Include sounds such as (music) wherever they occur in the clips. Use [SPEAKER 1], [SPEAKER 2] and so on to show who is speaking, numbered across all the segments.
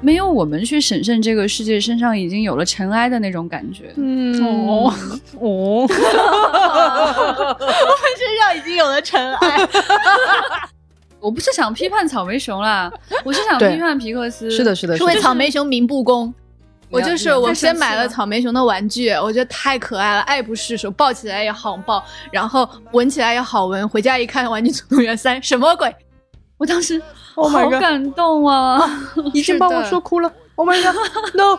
[SPEAKER 1] 没有我们去审慎这个世界，身上已经有了尘埃的那种感觉。
[SPEAKER 2] 嗯
[SPEAKER 3] (laughs)
[SPEAKER 1] 哦
[SPEAKER 2] 哦，
[SPEAKER 3] 身上已经有了尘埃。
[SPEAKER 1] 我不是想批判草莓熊
[SPEAKER 2] (laughs)
[SPEAKER 1] 啦，我是想
[SPEAKER 2] 对
[SPEAKER 1] 批判皮克斯。
[SPEAKER 2] (laughs) 是的，，是的，
[SPEAKER 3] 是
[SPEAKER 2] 是
[SPEAKER 3] 为
[SPEAKER 2] 的。
[SPEAKER 3] 草莓熊鸣不公。我就是我先买
[SPEAKER 1] 了
[SPEAKER 3] 了
[SPEAKER 1] 草。
[SPEAKER 3] 草莓熊的玩具，我觉得太可爱了，爱不释手，抱起来也好抱，然后闻起来也好闻。回家一看，《玩具总动员三》什么鬼？ (laughs)
[SPEAKER 1] 我当时
[SPEAKER 2] Oh my
[SPEAKER 1] 好
[SPEAKER 2] god
[SPEAKER 1] 感动
[SPEAKER 2] (laughs)
[SPEAKER 1] 啊！
[SPEAKER 2] 已经
[SPEAKER 3] 是
[SPEAKER 2] 把
[SPEAKER 3] 的
[SPEAKER 2] 我说哭了。Oh
[SPEAKER 3] (laughs)
[SPEAKER 2] my god，no！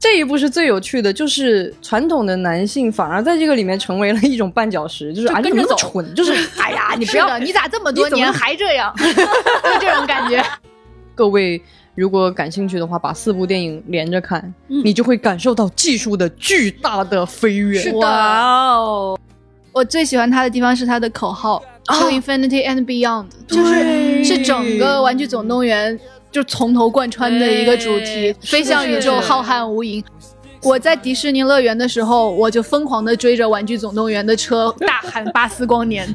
[SPEAKER 2] 这一步是最有趣的，就是传统的男性反而在这个里面成为了一种绊脚石，就是啊，你
[SPEAKER 3] 跟
[SPEAKER 2] 怎么
[SPEAKER 3] 着
[SPEAKER 2] 那么
[SPEAKER 3] 走
[SPEAKER 2] 蠢， (laughs) 就是哎呀，你不
[SPEAKER 3] 是
[SPEAKER 2] 要
[SPEAKER 3] 的，你咋这么多
[SPEAKER 2] 你怎么
[SPEAKER 3] 年还这样？ (laughs) 就这种感觉。
[SPEAKER 2] 各位如果感兴趣的话，把四部电影连着看，
[SPEAKER 1] 嗯
[SPEAKER 2] 你就会感受到技术的巨大的飞跃。
[SPEAKER 3] 是的
[SPEAKER 1] 哇哦，
[SPEAKER 3] 我最喜欢它的地方是它的口号
[SPEAKER 2] 啊
[SPEAKER 3] “To Infinity and Beyond”，
[SPEAKER 2] 对
[SPEAKER 3] 就是是整个《玩具总动员》就从头贯穿的一个主题
[SPEAKER 1] 对，
[SPEAKER 3] 飞向宇宙，
[SPEAKER 1] 是
[SPEAKER 3] 浩瀚无垠。我在迪士尼乐园的时候，我就疯狂的追着《玩具总动员》的车，大喊“巴斯光年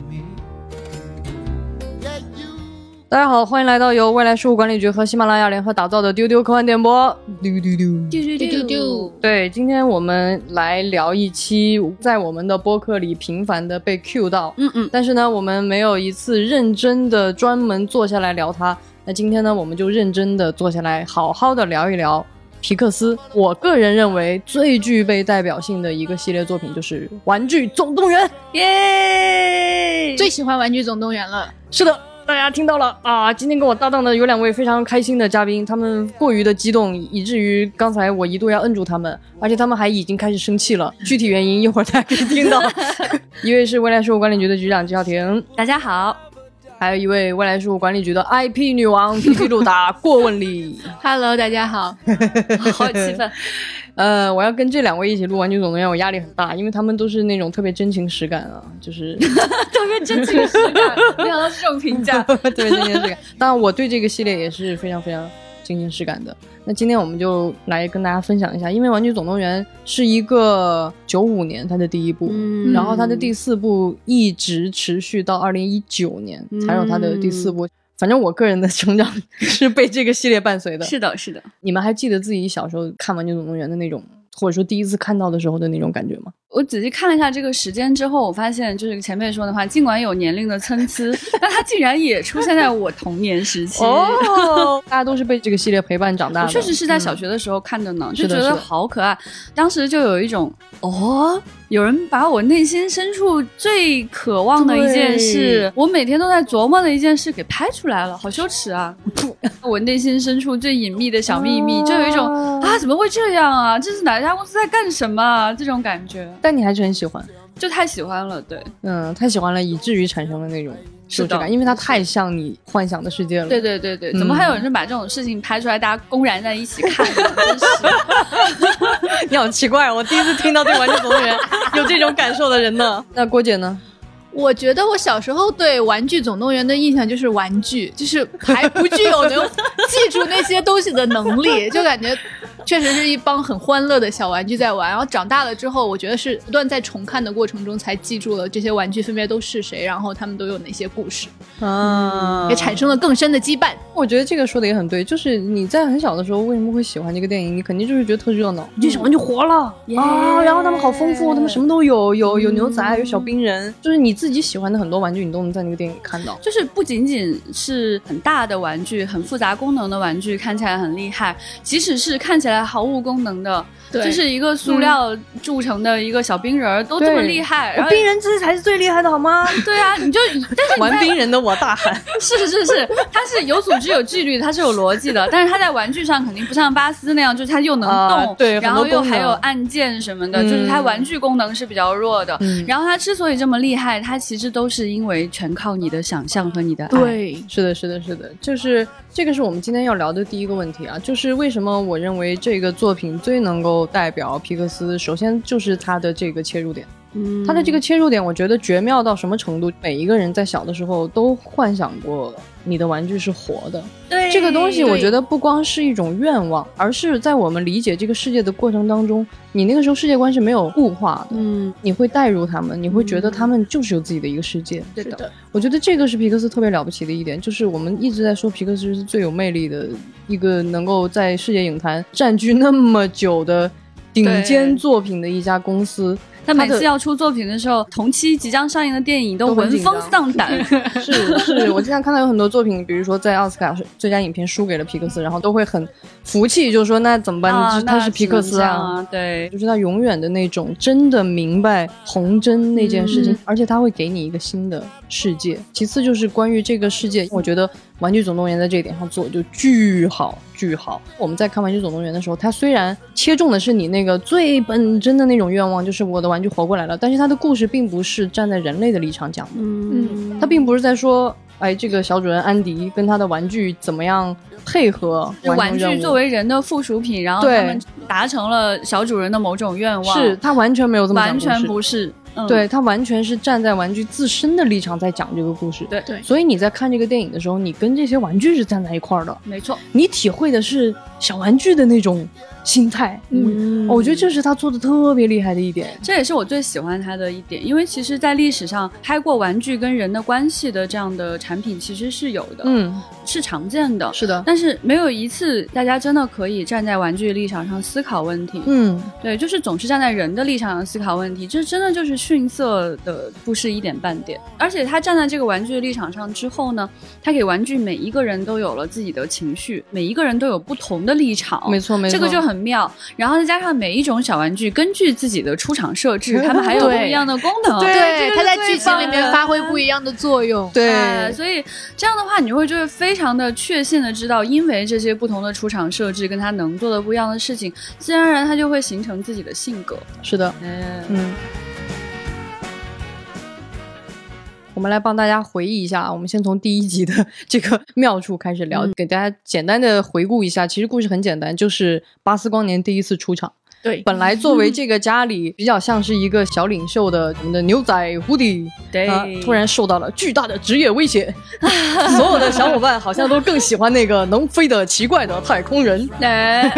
[SPEAKER 2] 大家好，欢迎来到由未来事务管理局和喜马拉雅联合打造的丢丢科幻电波。丢丢丢。
[SPEAKER 1] 丢”，
[SPEAKER 3] 丢丢丢。
[SPEAKER 2] 对，今天我们来聊一期在我们的播客里频繁的被 Q 到，
[SPEAKER 1] 嗯嗯，
[SPEAKER 2] 但是呢，我们没有一次认真的专门坐下来聊它。那今天呢，我们就认真的坐下来，好好的聊一聊皮克斯。我个人认为最具备代表性的一个系列作品就是《玩具总动员》。耶！
[SPEAKER 3] 最喜欢《玩具总动员》了，
[SPEAKER 2] 是的，大家听到了啊！今天跟我搭档的有两位非常开心的嘉宾，他们过于的激动，以至于刚才我一度要摁住他们，而且他们还已经开始生气
[SPEAKER 1] (laughs)
[SPEAKER 2] 了。具体原因一会儿大家可以听到。一位是未来事务管理局的局长季小婷，
[SPEAKER 1] 大家好，
[SPEAKER 2] 还有一位未来事务管理局的 IP 女王皮皮鲁达过问
[SPEAKER 1] (laughs)
[SPEAKER 2] 里。
[SPEAKER 3] Hello，大家好。
[SPEAKER 1] 好有气氛。
[SPEAKER 2] 呃，我要跟这两位一起录《玩具总动员》，我压力很大，因为他们都是那种特别真情实感啊，
[SPEAKER 1] (laughs)
[SPEAKER 2] 就是。
[SPEAKER 1] 特别真情实感，没想到是这种 (laughs)
[SPEAKER 2] (laughs)
[SPEAKER 1] 评价。
[SPEAKER 2] 特别真情实感。当然，我对这个系列也是非常非常真情实感的。那今天我们就来跟大家分享一下，因为《玩具总动员》是一个九五年它的第一部，
[SPEAKER 1] 嗯
[SPEAKER 2] 然后它的第四部一直持续到二零一九年
[SPEAKER 1] 嗯
[SPEAKER 2] 才有它的第四部。反正我个人的 (laughs) 成长是被这个系列伴随的。
[SPEAKER 1] 嗯是的，是的，
[SPEAKER 2] 你们还记得自己小时候看《玩具总动员》的那种，或者说第一次看到的时候的那种感觉吗？
[SPEAKER 1] 我仔细看了一下这个时间之后，我发现就是前辈说的话，尽管有年龄的参差， (laughs) 但它竟然也出现在我童年时期。
[SPEAKER 2] 哦， (laughs) 大家都是被这个系列陪伴长大
[SPEAKER 1] 我
[SPEAKER 2] 的。
[SPEAKER 1] 确实是在
[SPEAKER 2] 嗯
[SPEAKER 1] 小学的时候看的呢，就是觉
[SPEAKER 2] 的
[SPEAKER 1] 得
[SPEAKER 2] 是的
[SPEAKER 1] 好可爱。当时就有一种哦，有人把我内心深处最渴望的一件事
[SPEAKER 2] 对，
[SPEAKER 1] 我每天都在琢磨的一件事给拍出来了，好羞耻 (laughs) 啊！我内心深处最隐秘的小秘密，就有一种
[SPEAKER 2] 啊
[SPEAKER 1] 啊，怎么会这样啊？这是哪家公司在干什么、啊？这种感觉
[SPEAKER 2] 但你还是很喜欢。
[SPEAKER 1] 就太喜欢了，对，
[SPEAKER 2] 嗯，太喜欢了，以至于产生了那种
[SPEAKER 1] 是
[SPEAKER 2] 羞
[SPEAKER 1] 的
[SPEAKER 2] 耻感，因为它太像你幻想的世界了。
[SPEAKER 1] 对，对对对，
[SPEAKER 2] 嗯
[SPEAKER 1] 怎么还有人把这种事情拍出来，大家公然在一起看呢？真 (laughs) 是。
[SPEAKER 2] 你好奇怪，我第一次听到对《玩具总动员》 (laughs) 有这种感受的人呢。 (laughs) 那郭姐呢？
[SPEAKER 3] 我觉得我小时候对《玩具总动员》的印象就是玩具， (laughs) 就是还不具有能记住那些东西的能力， (laughs) 就感觉确实是一帮很欢乐的小玩具在玩。然后长大了之后，我觉得是不断在重看的过程中才记住了这些玩具分别都是谁，然后他们都有哪些故事，
[SPEAKER 2] 啊
[SPEAKER 3] 也产生了更深的羁绊。
[SPEAKER 2] 我觉得这个说的也很对，就是你在很小的时候为什么会喜欢这个电影？你肯定就是觉得特热闹，这小玩具活了、啊，然后他们好丰富，他们什么都有，有有牛仔，有小冰人，就是你自己喜欢的很多玩具，你都能在那个电影里看到。
[SPEAKER 1] 就是不仅仅是很大的玩具、很复杂功能的玩具看起来很厉害，即使是看起来毫无功能的，
[SPEAKER 3] 对
[SPEAKER 1] 就是一个
[SPEAKER 2] 嗯
[SPEAKER 1] 塑料铸成的一个小冰人儿都这么厉害，然后
[SPEAKER 2] 冰人这才是最厉害的，好吗？
[SPEAKER 1] 对啊，你就但是你
[SPEAKER 2] (laughs) 玩
[SPEAKER 1] 在
[SPEAKER 2] 冰人的我大喊。
[SPEAKER 1] 是是是，它是有组织、有纪律，它是有逻辑的，但是它在玩具上肯定不像巴斯那样，就是它又能
[SPEAKER 2] 啊
[SPEAKER 1] 动，
[SPEAKER 2] 对
[SPEAKER 1] 然
[SPEAKER 2] 很多
[SPEAKER 1] 后又
[SPEAKER 2] 功能
[SPEAKER 1] 还有按键什么的，就是它
[SPEAKER 2] 嗯
[SPEAKER 1] 玩具功能是比较弱的。
[SPEAKER 2] 嗯
[SPEAKER 1] 然后它之所以这么厉害，它其实都是因为全靠你的想象和你的爱。
[SPEAKER 3] 对，
[SPEAKER 2] 是的，是的，是的，就是这个是我们今天要聊的第一个问题啊，就是为什么我认为这个作品最能够代表皮克斯，首先就是它的这个切入点，
[SPEAKER 1] 嗯
[SPEAKER 2] 它的这个切入点，我觉得绝妙到什么程度？每一个人在小的时候都幻想过你的玩具是活的。
[SPEAKER 1] 对
[SPEAKER 2] 这个东西，我
[SPEAKER 3] 对
[SPEAKER 2] 觉得不光是一种愿望，而是在我们理解这个世界的过程当中，你那个时候世界观是没有固化的，
[SPEAKER 1] 嗯，
[SPEAKER 2] 你会带入他们，你会觉得他们就是有自己的一个世界。
[SPEAKER 1] 对
[SPEAKER 3] 是
[SPEAKER 1] 的，
[SPEAKER 3] 的，
[SPEAKER 2] 我觉得这个是皮克斯特别了不起的一点，就是我们一直在说皮克斯是最有魅力的一个，能够在世界影坛占据那么久的顶尖
[SPEAKER 1] 对
[SPEAKER 2] 作品的一家公司。
[SPEAKER 1] 他每
[SPEAKER 2] 的
[SPEAKER 1] 次要出作品的时候，同期即将上映的电影都
[SPEAKER 2] 都很
[SPEAKER 1] 闻
[SPEAKER 2] 紧
[SPEAKER 1] 风
[SPEAKER 2] 张
[SPEAKER 1] 丧胆。
[SPEAKER 2] (laughs) 是是，我经常看到有很多作品，比如说在奥斯卡最佳影片输给了皮克斯，然后都会很服气，就说那怎么办？
[SPEAKER 1] 啊，
[SPEAKER 2] 这他是皮克斯啊。
[SPEAKER 1] 啊，对，
[SPEAKER 2] 就是他永远的那种真的明白童真那件事情，
[SPEAKER 1] 嗯
[SPEAKER 2] 而且他会给你一个新的世界。其次就是关于这个世界，我觉得《玩具总动员》在这一点上做得就巨好巨好。我们在看《玩具总动员》的时候，它虽然切中的是你那个最本真的那种愿望，就是我的玩具活过来了，但是它的故事并不是站在人类的立场讲的。
[SPEAKER 1] 嗯
[SPEAKER 2] 他并不是在说，哎，这个小主人安迪跟他的玩具怎么样配合
[SPEAKER 1] 就玩
[SPEAKER 2] 完成任
[SPEAKER 1] 具
[SPEAKER 2] 务
[SPEAKER 1] 作为人的附属品，然后他
[SPEAKER 2] 对
[SPEAKER 1] 们达成了小主人的某种愿望，
[SPEAKER 2] 是他完全没有这么讲
[SPEAKER 1] 完
[SPEAKER 2] 故事
[SPEAKER 1] 全不是，嗯，
[SPEAKER 2] 对他完全是站在玩具自身的立场在讲这个故事。
[SPEAKER 1] 对
[SPEAKER 3] 对
[SPEAKER 2] 所以你在看这个电影的时候，你跟这些玩具是站在一块儿的，
[SPEAKER 1] 没错，
[SPEAKER 2] 你体会的是小玩具的那种心态。
[SPEAKER 1] 嗯
[SPEAKER 2] 哦我觉得这是他做的特别厉害的一点。
[SPEAKER 1] 这也是我最喜欢它的一点，因为其实，在历史上拍过玩具跟人的关系的这样的产品其实是有的，，
[SPEAKER 2] 嗯，
[SPEAKER 1] 是常见的。
[SPEAKER 2] 是的，
[SPEAKER 1] 但是没有一次大家真的可以站在玩具立场上思考问题，
[SPEAKER 2] 嗯，
[SPEAKER 1] 对，就是总是站在人的立场上思考问题，这真的就是逊色的不是一点半点。而且他站在这个玩具的立场上之后呢，他给玩具每一个人都有了自己的情绪，每一个人都有不同的立场，
[SPEAKER 2] 没错没
[SPEAKER 1] 哦
[SPEAKER 2] 错，
[SPEAKER 1] 这个就很妙。然后再加上每一种小玩具根据自己的出厂设置，他们还有
[SPEAKER 2] (laughs)
[SPEAKER 1] 不一样的功能。哎
[SPEAKER 2] 对
[SPEAKER 3] 对，
[SPEAKER 1] 这个
[SPEAKER 3] 他
[SPEAKER 1] 是
[SPEAKER 3] 在
[SPEAKER 1] 最
[SPEAKER 3] 剧情里
[SPEAKER 1] 棒
[SPEAKER 3] 面
[SPEAKER 1] 的嗯
[SPEAKER 3] 发挥不一样的作用。
[SPEAKER 2] 对。
[SPEAKER 1] 哎所以这样的话，你会就是非常的确信的知道，因为这些不同的出场设置跟他能做的不一样的事情，自然而然他就会形成自己的性格。
[SPEAKER 2] 是的，
[SPEAKER 1] 嗯，
[SPEAKER 2] 嗯，我们来帮大家回忆一下啊，我们先从第一集的 (laughs) 这个妙处开始聊，
[SPEAKER 1] 嗯
[SPEAKER 2] 给大家简单的回顾一下。其实故事很简单，就是巴斯光年第一次出场。
[SPEAKER 3] 对
[SPEAKER 2] 本来作为这个家里比较像是一个小领袖的我们的牛仔胡迪，
[SPEAKER 1] 对
[SPEAKER 2] 啊，突然受到了巨大的职业威胁， (laughs) 所有的小伙伴好像都更喜欢那个能飞的奇怪的太空人，
[SPEAKER 1] 哎，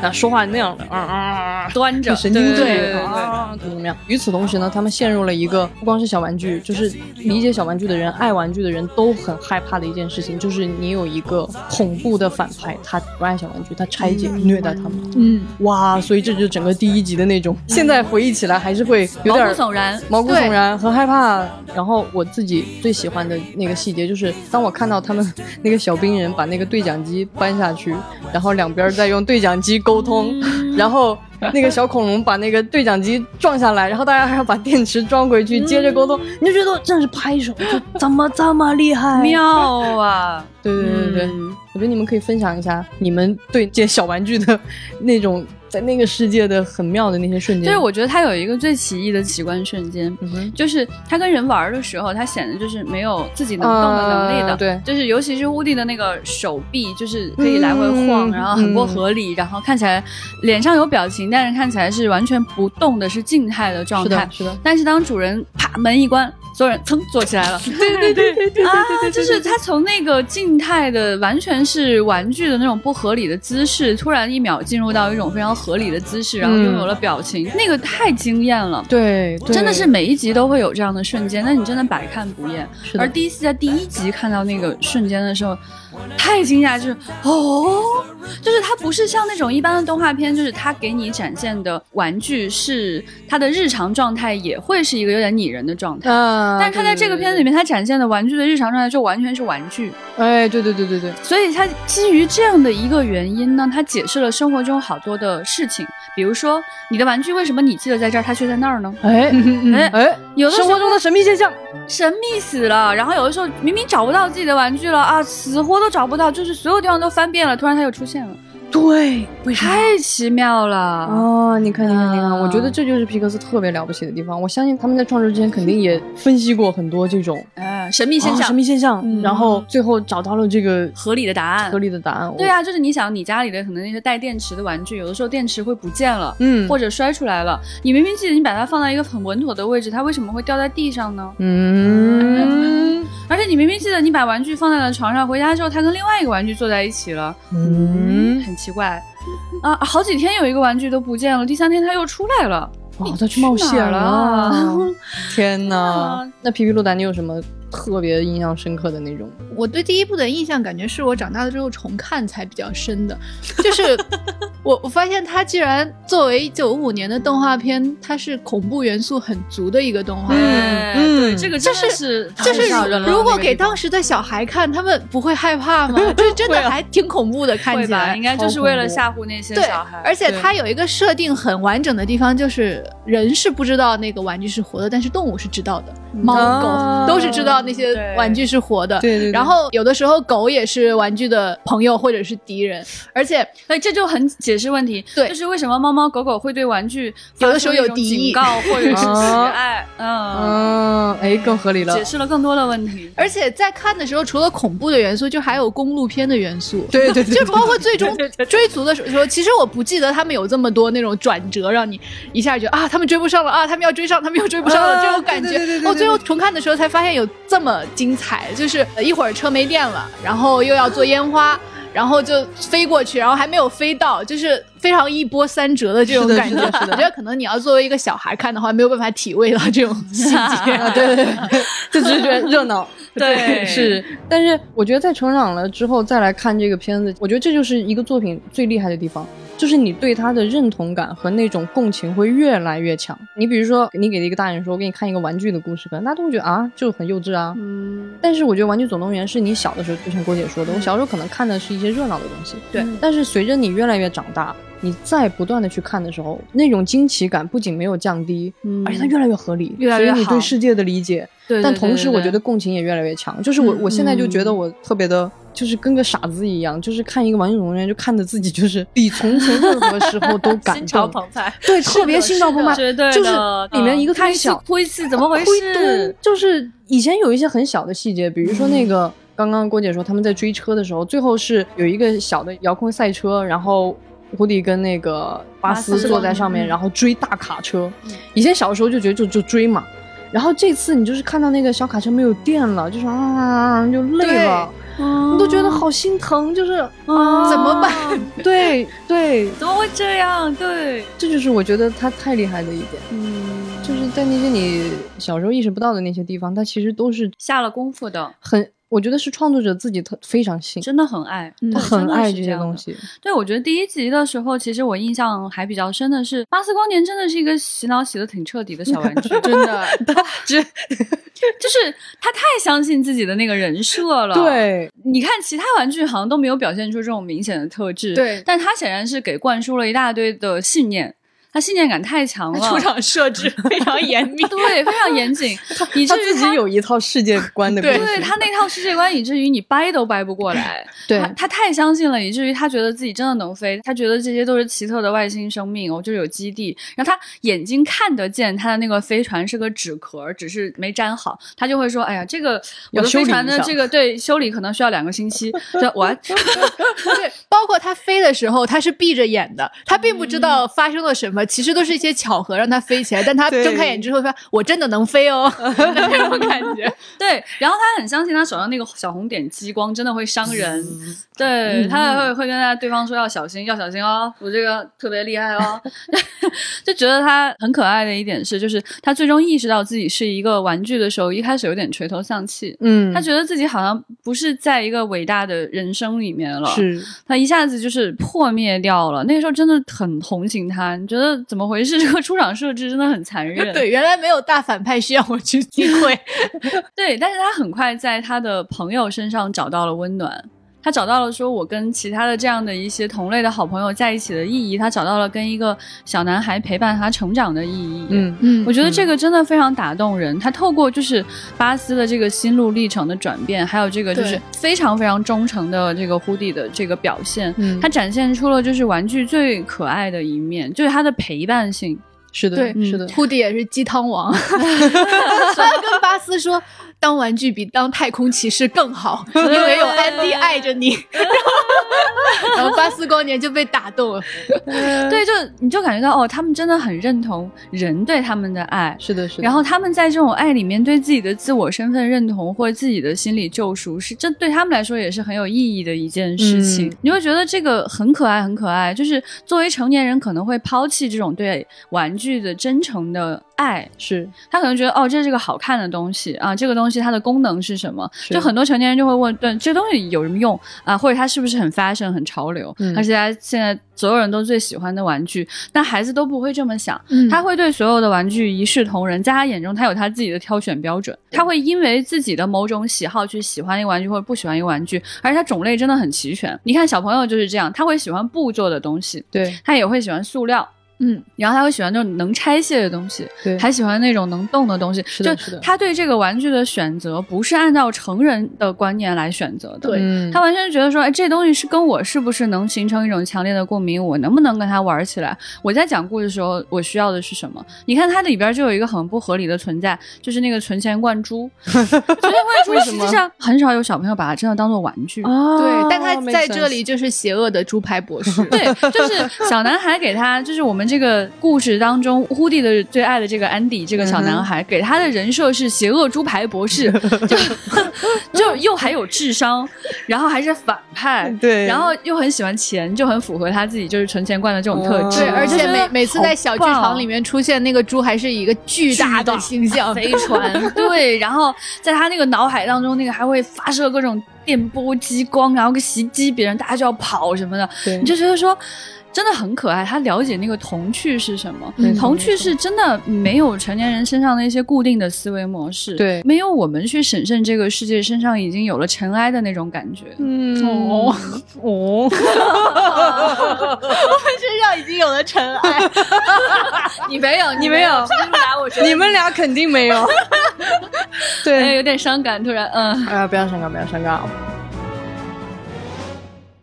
[SPEAKER 2] 那说话那样的，啊啊啊啊，
[SPEAKER 1] 端着
[SPEAKER 2] 神经质
[SPEAKER 1] 对对对
[SPEAKER 2] 啊，怎么怎么样？与此同时呢，他们陷入了一个不光是小玩具，就是理解小玩具的人、爱玩具的人都很害怕的一件事情，就是你有一个恐怖的反派，他不爱小玩具，他拆解、虐待他们。
[SPEAKER 3] 嗯，
[SPEAKER 2] 哇，所以这就是整个第一集的那种，现在回忆起来还是会有点
[SPEAKER 1] 毛骨悚然
[SPEAKER 2] 嗯毛骨悚然和害怕。然后我自己最喜欢的那个细节就是，当我看到他们 (laughs) 那个小兵人把那个对讲机搬下去，然后两边在用对讲机沟通， (laughs)
[SPEAKER 1] 嗯
[SPEAKER 2] 然后那个小恐龙把那个对讲机撞下来，然后大家还要把电池装回去，接着沟通，你就觉得真是拍手，就怎么这么厉害？
[SPEAKER 1] 妙 (laughs) 啊！
[SPEAKER 2] 对对对对对。
[SPEAKER 1] 嗯
[SPEAKER 2] 我觉得你们可以分享一下你们对这些小玩具的那种在那个世界的很妙的那些瞬间。
[SPEAKER 1] 就是我觉得他有一个最奇异的奇观瞬间，
[SPEAKER 2] 嗯哼，
[SPEAKER 1] 就是他跟人玩的时候，他显得就是没有自己能动的能力的，
[SPEAKER 2] 呃对
[SPEAKER 1] 就是尤其是乌迪的那个手臂，就是可以来回晃，
[SPEAKER 2] 嗯
[SPEAKER 1] 然后很不合理，然后看起来脸上有表情，但是看起来是完全不动的，是静态的状
[SPEAKER 2] 是
[SPEAKER 1] 态
[SPEAKER 2] 的，。是的，
[SPEAKER 1] 但是当主人啪门一关，所有人噌坐起来了，
[SPEAKER 2] (laughs) 对对对对对
[SPEAKER 1] 啊，就是他从那个静态的，完全是玩具的那种不合理的姿势，突然一秒进入到一种非常合理的姿势，然后
[SPEAKER 2] 嗯
[SPEAKER 1] 拥有了表情，那个太惊艳了。
[SPEAKER 2] 对，对
[SPEAKER 1] 真的是每一集都会有这样的瞬间，那你真的百看不厌。
[SPEAKER 2] 是的
[SPEAKER 1] 而第一次在第一集看到那个瞬间的时候，太惊讶，就是哦，就是它不是像那种一般的动画片，就是它给你展现的玩具是它的日常状态，也会是一个有点拟人的状态。
[SPEAKER 2] 啊，
[SPEAKER 1] 但是它在这个片子里
[SPEAKER 2] 面，
[SPEAKER 1] 面，它展现的玩具的日常状态就完全是玩具，
[SPEAKER 2] 哎，对对对对对，
[SPEAKER 1] 所以它基于这样的一个原因呢，它解释了生活中好多的事情，比如说你的玩具为什么你记得在这儿，它却在那儿呢？
[SPEAKER 2] 哎
[SPEAKER 1] 哎
[SPEAKER 2] 哎，
[SPEAKER 1] 有的时
[SPEAKER 2] 生
[SPEAKER 1] 候
[SPEAKER 2] 活中的神秘现象，
[SPEAKER 1] 神秘死了，然后有的时候明明找不到自己的玩具了啊，死活都找不到，就是所有地方都翻遍了，突然它又出现了，
[SPEAKER 2] 对，为么？
[SPEAKER 1] 太奇妙了。
[SPEAKER 2] 哦，你看，你看，你看，
[SPEAKER 1] 嗯
[SPEAKER 2] 我觉得这就是皮克斯特别了不起的地方。我相信他们在创作之前肯定也分析过很多这种
[SPEAKER 1] 哎，象、神秘现
[SPEAKER 2] 哦
[SPEAKER 1] 象、
[SPEAKER 2] 神秘现象，
[SPEAKER 1] 嗯
[SPEAKER 2] 然后最后找到了这个
[SPEAKER 1] 合理的答案
[SPEAKER 2] 合。理的答案。
[SPEAKER 1] 对啊，就是你想，你家里的可能那些带电池的玩具，有的时候电池会不见了，
[SPEAKER 2] 嗯
[SPEAKER 1] 或者摔出来了。你明明记得你把它放在一个很稳妥的位置，它为什么会掉在地上呢？
[SPEAKER 2] 嗯
[SPEAKER 1] 而且你明明记得你把玩具放在了床上，回家之后它跟另外一个玩具坐在一起了，
[SPEAKER 2] 嗯，
[SPEAKER 1] 很奇怪。啊，好几天有一个玩具都不见了，第三天它又出来了。
[SPEAKER 2] 哦，他去冒
[SPEAKER 1] 去哪
[SPEAKER 2] 险
[SPEAKER 1] 儿了
[SPEAKER 2] 了！天哪
[SPEAKER 1] 啊！
[SPEAKER 2] 那皮皮鲁达，你有什么特别印象深刻的那种？
[SPEAKER 3] 我对第一部的印象，感觉是我长大了之后重看才比较深的，就是 (laughs) 我我发现它既然作为九五年的动画片，它是恐怖元素很足的一个动画片。
[SPEAKER 1] 哎
[SPEAKER 2] 嗯
[SPEAKER 1] 对，这个真的是太
[SPEAKER 3] 就
[SPEAKER 1] 吓人了
[SPEAKER 3] 是如果
[SPEAKER 1] 那个
[SPEAKER 3] 给
[SPEAKER 1] 地方
[SPEAKER 3] 当时的小孩看，他们不会害怕
[SPEAKER 1] (laughs)
[SPEAKER 3] 吗？就是真的还挺恐怖的，看
[SPEAKER 1] 啊会
[SPEAKER 3] 起
[SPEAKER 1] 吧，
[SPEAKER 3] 来
[SPEAKER 1] 应。该就是为了吓唬那些
[SPEAKER 3] 对
[SPEAKER 1] 小孩，。
[SPEAKER 3] 而且
[SPEAKER 2] 对
[SPEAKER 3] 它有一个设定很完整的地方，就是人是不知道那个玩具是活的，但是动物是知道的，猫、
[SPEAKER 2] 啊
[SPEAKER 3] 狗都是知道那
[SPEAKER 1] 嗯
[SPEAKER 3] 些
[SPEAKER 1] 哦对
[SPEAKER 3] 玩具是活的。
[SPEAKER 2] 对对对
[SPEAKER 3] 然后有的时候狗也是玩具的朋友或者是敌人，而且
[SPEAKER 1] 哎，这就很解释问题，
[SPEAKER 3] 对
[SPEAKER 1] 就是为什么猫猫狗狗会对玩具
[SPEAKER 3] 有的时候有敌意
[SPEAKER 1] 警告或者是喜爱，嗯，
[SPEAKER 2] 嗯，哎，更合理了
[SPEAKER 1] 解。释了更多的问
[SPEAKER 3] (laughs)
[SPEAKER 1] 题。
[SPEAKER 3] 而且在看的时候，除了恐怖的元素，就还有公路片的元素。
[SPEAKER 2] 对对对，
[SPEAKER 3] (laughs) 就包括最终追逐的时候，其实我不记得他们有这么多那种转折，让你一下觉得啊，他们追不上了啊，他们要追上，他们又追不上了、
[SPEAKER 2] 啊
[SPEAKER 3] 这种感
[SPEAKER 2] 对对对
[SPEAKER 3] 觉哦
[SPEAKER 2] 对。对
[SPEAKER 3] 我最后重看的时候才发现有这么精彩，就是呃一会儿车没电了，然后又要做烟花。然后就飞过去，然后还没有飞到，就是非常一波三折的这种
[SPEAKER 2] 是的
[SPEAKER 3] 感觉。
[SPEAKER 2] (laughs) 是的是的
[SPEAKER 3] 我觉得可能你要作为一个小孩看的话，没有办法体会到这种细节。(laughs)
[SPEAKER 2] (laughs) 啊，对对对，就只是觉得热闹，
[SPEAKER 1] 对
[SPEAKER 2] 是。但是我觉得在成长了之后再来看这个片子，我觉得这就是一个作品最厉害的地方，就是你对它的认同感和那种共情会越来越强。你比如说，你给一个大人说，我给你看一个玩具的故事，可能大家都会觉得啊，就很幼稚啊。
[SPEAKER 1] 嗯，
[SPEAKER 2] 但是我觉得《玩具总动员》是你小的时候，就像郭姐说的，我小时候可能看的是一些热闹的东西，
[SPEAKER 1] 对
[SPEAKER 2] 但是随着你越来越长大，你再不断的去看的时候，那种惊奇感不仅没有降低，
[SPEAKER 1] 嗯
[SPEAKER 2] 而且它越来越合理，
[SPEAKER 3] 越来越
[SPEAKER 2] 所以你对
[SPEAKER 3] 好
[SPEAKER 2] 世界的理解，
[SPEAKER 1] 对
[SPEAKER 2] 但同时我觉得共情也越来越强。就是我
[SPEAKER 3] 嗯
[SPEAKER 2] 我现在就觉得我特别的，就是跟个傻子一样，就是看一个《玩具总动员》就看的自己就是比从前任何时候都感
[SPEAKER 1] 心潮
[SPEAKER 2] 动，
[SPEAKER 1] 澎湃，
[SPEAKER 2] 对，特别心潮澎湃，
[SPEAKER 1] 绝对
[SPEAKER 2] 就是
[SPEAKER 1] 的
[SPEAKER 2] 里面一个
[SPEAKER 1] 嗯看
[SPEAKER 2] 太
[SPEAKER 1] 一次
[SPEAKER 2] 小。
[SPEAKER 1] 哭一次，怎么回
[SPEAKER 2] 灰度
[SPEAKER 1] 事？
[SPEAKER 2] 就是以前有一些很小的细节，比如说那个。刚刚郭姐说他们在追车的时候，最后是有一个小的遥控赛车，然后胡迪跟那个巴
[SPEAKER 1] 巴
[SPEAKER 2] 斯
[SPEAKER 1] 斯
[SPEAKER 2] 坐在上
[SPEAKER 1] 嗯
[SPEAKER 2] 面，然后追大卡车。以前小时候就觉得就就追嘛，然后这次你就是看到那个小卡车没有电了，就是啊啊啊啊就累了，
[SPEAKER 1] 嗯
[SPEAKER 2] 你都觉得好心疼，就是
[SPEAKER 1] 啊
[SPEAKER 2] 啊，
[SPEAKER 3] 怎么办？
[SPEAKER 2] 对对，
[SPEAKER 1] 怎么会这样？对，
[SPEAKER 2] 这就是我觉得他太厉害的一点，
[SPEAKER 1] 嗯，
[SPEAKER 2] 就是在那些你小时候意识不到的那些地方，他其实都是
[SPEAKER 1] 下了功夫的，
[SPEAKER 2] 很，我觉得是创作者自己特非常信，
[SPEAKER 1] 真的很爱，
[SPEAKER 3] 嗯
[SPEAKER 2] 他
[SPEAKER 1] 对
[SPEAKER 2] 很
[SPEAKER 1] 真的
[SPEAKER 2] 爱
[SPEAKER 1] 是
[SPEAKER 2] 这
[SPEAKER 1] 这
[SPEAKER 2] 些
[SPEAKER 1] 样
[SPEAKER 2] 东
[SPEAKER 1] 的
[SPEAKER 2] 西。
[SPEAKER 1] 对，我觉得第一集的时候，其实我印象还比较深的是，巴斯光年真的是一个洗脑洗的挺彻底的小玩
[SPEAKER 2] (laughs)
[SPEAKER 1] 具，
[SPEAKER 3] (laughs)
[SPEAKER 1] 真的，
[SPEAKER 2] 这
[SPEAKER 1] 就是他太相信自己的那个人设了。，
[SPEAKER 2] 对，
[SPEAKER 1] 你看其他玩具好像都没有表现出这种明显的特质，
[SPEAKER 3] 对
[SPEAKER 1] 但他显然是给灌输了一大堆的信念，他信念感太强了，，
[SPEAKER 3] 出场设置非常严密
[SPEAKER 1] (laughs) 对非常严谨，以至
[SPEAKER 2] (laughs) 他
[SPEAKER 1] 于
[SPEAKER 2] 自己有一套世界观的故
[SPEAKER 3] 对
[SPEAKER 2] 事，
[SPEAKER 1] 对他那套世界观，以至于你掰都掰不过来。
[SPEAKER 2] 对
[SPEAKER 1] 他，他太相信了，以至于他觉得自己真的能飞，他觉得这些都是奇特的外星生命，哦，就是有基地。然后他眼睛看得见他的那个飞船是个纸壳，只是没粘好，他就会说：“哎呀，这个我
[SPEAKER 2] 要
[SPEAKER 1] 的
[SPEAKER 2] 修
[SPEAKER 1] 飞
[SPEAKER 2] 理
[SPEAKER 1] 船的
[SPEAKER 2] 一下
[SPEAKER 1] 这个对修理可能需要两个星期。”对，
[SPEAKER 2] (laughs)
[SPEAKER 1] 我
[SPEAKER 3] (laughs) 对，包括他飞的时候，他是闭着眼的，他并不知
[SPEAKER 2] 嗯
[SPEAKER 3] 道发生了什么，其实都是一些巧合让他飞起来。但他
[SPEAKER 2] 对
[SPEAKER 3] 睁开眼之后说：“我真的能飞
[SPEAKER 2] (laughs)
[SPEAKER 3] 哦！”那种感觉。
[SPEAKER 1] 对，然后他很相信他手上那个小红点激光真的会伤人，
[SPEAKER 2] 嗯
[SPEAKER 1] 对他还会会跟他对方说要小心，要小心哦，我这个特别厉害
[SPEAKER 2] (laughs)
[SPEAKER 1] 哦，就觉得他很可爱的一点是，就是他最终意识到自己是一个玩具的时候，一开始有点垂头丧气，
[SPEAKER 2] 嗯，
[SPEAKER 1] 他觉得自己好像不是在一个伟大的人生里面了，
[SPEAKER 2] 是
[SPEAKER 1] 他一下子就是破灭掉了。那个时候真的很同情他，你觉得怎么回事？这个出场设置真的很残
[SPEAKER 2] (laughs)
[SPEAKER 1] 忍，
[SPEAKER 3] 对，原来没有大反派需要我去机会。
[SPEAKER 1] 对，但是他很快在他的朋友身上找到了温暖，他找到了说我跟其他的这样的一些同类的好朋友在一起的意义，他找到了跟一个小男孩陪伴他成长的意义。。
[SPEAKER 2] 嗯。
[SPEAKER 3] 嗯
[SPEAKER 1] 我觉得这个真的非常打动人。他透过就是巴斯的这个心路历程的转变，还有这个就是
[SPEAKER 3] 对
[SPEAKER 1] 非常非常忠诚的这个胡迪的这个表现，
[SPEAKER 2] 嗯
[SPEAKER 1] 他展现出了就是玩具最可爱的一面，就是它的陪伴性。
[SPEAKER 2] 是的，
[SPEAKER 3] 对
[SPEAKER 2] 是的， (laughs)
[SPEAKER 3] 库迪也是鸡汤王，他跟巴斯说：“当玩具比当太空骑士更好，因为有安迪爱着
[SPEAKER 2] (laughs)
[SPEAKER 3] 你。然后巴斯光年就被打动了，
[SPEAKER 1] 对，就你就感觉到哦，他们真的很认同人对他们的爱，
[SPEAKER 2] 是的，是的。
[SPEAKER 1] 然后他们在这种爱里面对自己的自我身份认同或者自己的心理救赎，是这对他们来说也是很有意义的一件事情。
[SPEAKER 2] 嗯
[SPEAKER 1] 你会觉得这个很可爱，很可爱。就是作为成年人，可能会抛弃这种对玩具的真诚的爱，
[SPEAKER 2] 是
[SPEAKER 1] 他可能觉得哦，这是个好看的东西啊，这个东西它的功能是什么？
[SPEAKER 2] 是
[SPEAKER 1] 就很多成年人就会问，对，这东西有什么用啊？或者它是不是很 fashion 很潮流？
[SPEAKER 2] 嗯
[SPEAKER 1] 而且大家现在所有人都最喜欢的玩具，但孩子都不会这么想。
[SPEAKER 3] 嗯
[SPEAKER 1] 他会对所有的玩具一视同仁，在他眼中，他有他自己的挑选标准。他会因为自己的某种喜好去喜欢一个玩具或者不喜欢一个玩具，而且它种类真的很齐全。你看小朋友就是这样，他会喜欢布做的东西，
[SPEAKER 2] 对
[SPEAKER 1] 他也会喜欢塑料，
[SPEAKER 3] 嗯，
[SPEAKER 1] 然后他会喜欢那种能拆卸的东西，
[SPEAKER 2] 对，
[SPEAKER 1] 还喜欢那种能动的东西。
[SPEAKER 2] 是的
[SPEAKER 1] 就是
[SPEAKER 2] 的
[SPEAKER 1] 他对这个玩具的选择不是按照成人的观念来选择的。
[SPEAKER 3] 对
[SPEAKER 2] 嗯
[SPEAKER 1] 他完全觉得说，哎，这东西是跟我是不是能形成一种强烈的共鸣？我能不能跟他玩起来？我在讲故事的时候，我需要的是什么？你看它里边就有一个很不合理的存在，就是那个存钱罐猪。存钱罐猪
[SPEAKER 2] 为什
[SPEAKER 1] 实
[SPEAKER 2] 么
[SPEAKER 1] 际上很少有小朋友把它真的当做玩具。
[SPEAKER 2] 哦
[SPEAKER 3] 对，但他
[SPEAKER 2] makes
[SPEAKER 3] 在这
[SPEAKER 2] sense
[SPEAKER 3] 里就是邪恶的猪排博士，
[SPEAKER 1] 对，就是小男孩给他，就是我们这个故事当中，呼地的最爱的这个安迪这个小男孩，给他的人设是邪恶猪排博士，就 (laughs) 就又还有智商，然后还是反派，
[SPEAKER 2] 对
[SPEAKER 1] 然后又很喜欢钱，就很符合他自己就是存钱罐的这种特质。
[SPEAKER 3] 哦对，
[SPEAKER 2] 嗯
[SPEAKER 3] 而且每每次在小剧场里
[SPEAKER 1] 面。
[SPEAKER 3] 面 (laughs) 出现那个猪，还是一个巨大的形象，
[SPEAKER 1] 飞船， (laughs) 对，然后在他那个脑海当中，那个还会发射各种电波激光，然后袭击别人，大家就要跑什么的，
[SPEAKER 2] 对
[SPEAKER 1] 你就觉得说。真的很可爱，他了解那个童趣是什么。
[SPEAKER 3] 嗯
[SPEAKER 2] 没错
[SPEAKER 1] 童趣是真的没有成年人身上的一些固定的思维模式，
[SPEAKER 2] 对
[SPEAKER 1] 没有我们去审慎这个世界身上已经有了尘埃的那种感觉。
[SPEAKER 2] 嗯
[SPEAKER 3] 哦
[SPEAKER 2] 哦，
[SPEAKER 3] (laughs) 身上已经有了尘埃。
[SPEAKER 1] (laughs) 你没有，
[SPEAKER 2] 你没有
[SPEAKER 1] 们俩我觉
[SPEAKER 2] 你们俩肯定没
[SPEAKER 1] (laughs)
[SPEAKER 2] 有。
[SPEAKER 1] 哎
[SPEAKER 2] 对，
[SPEAKER 1] 有点伤感，突然嗯，
[SPEAKER 2] (laughs) 哎呀，不要上纲，不要上纲。啊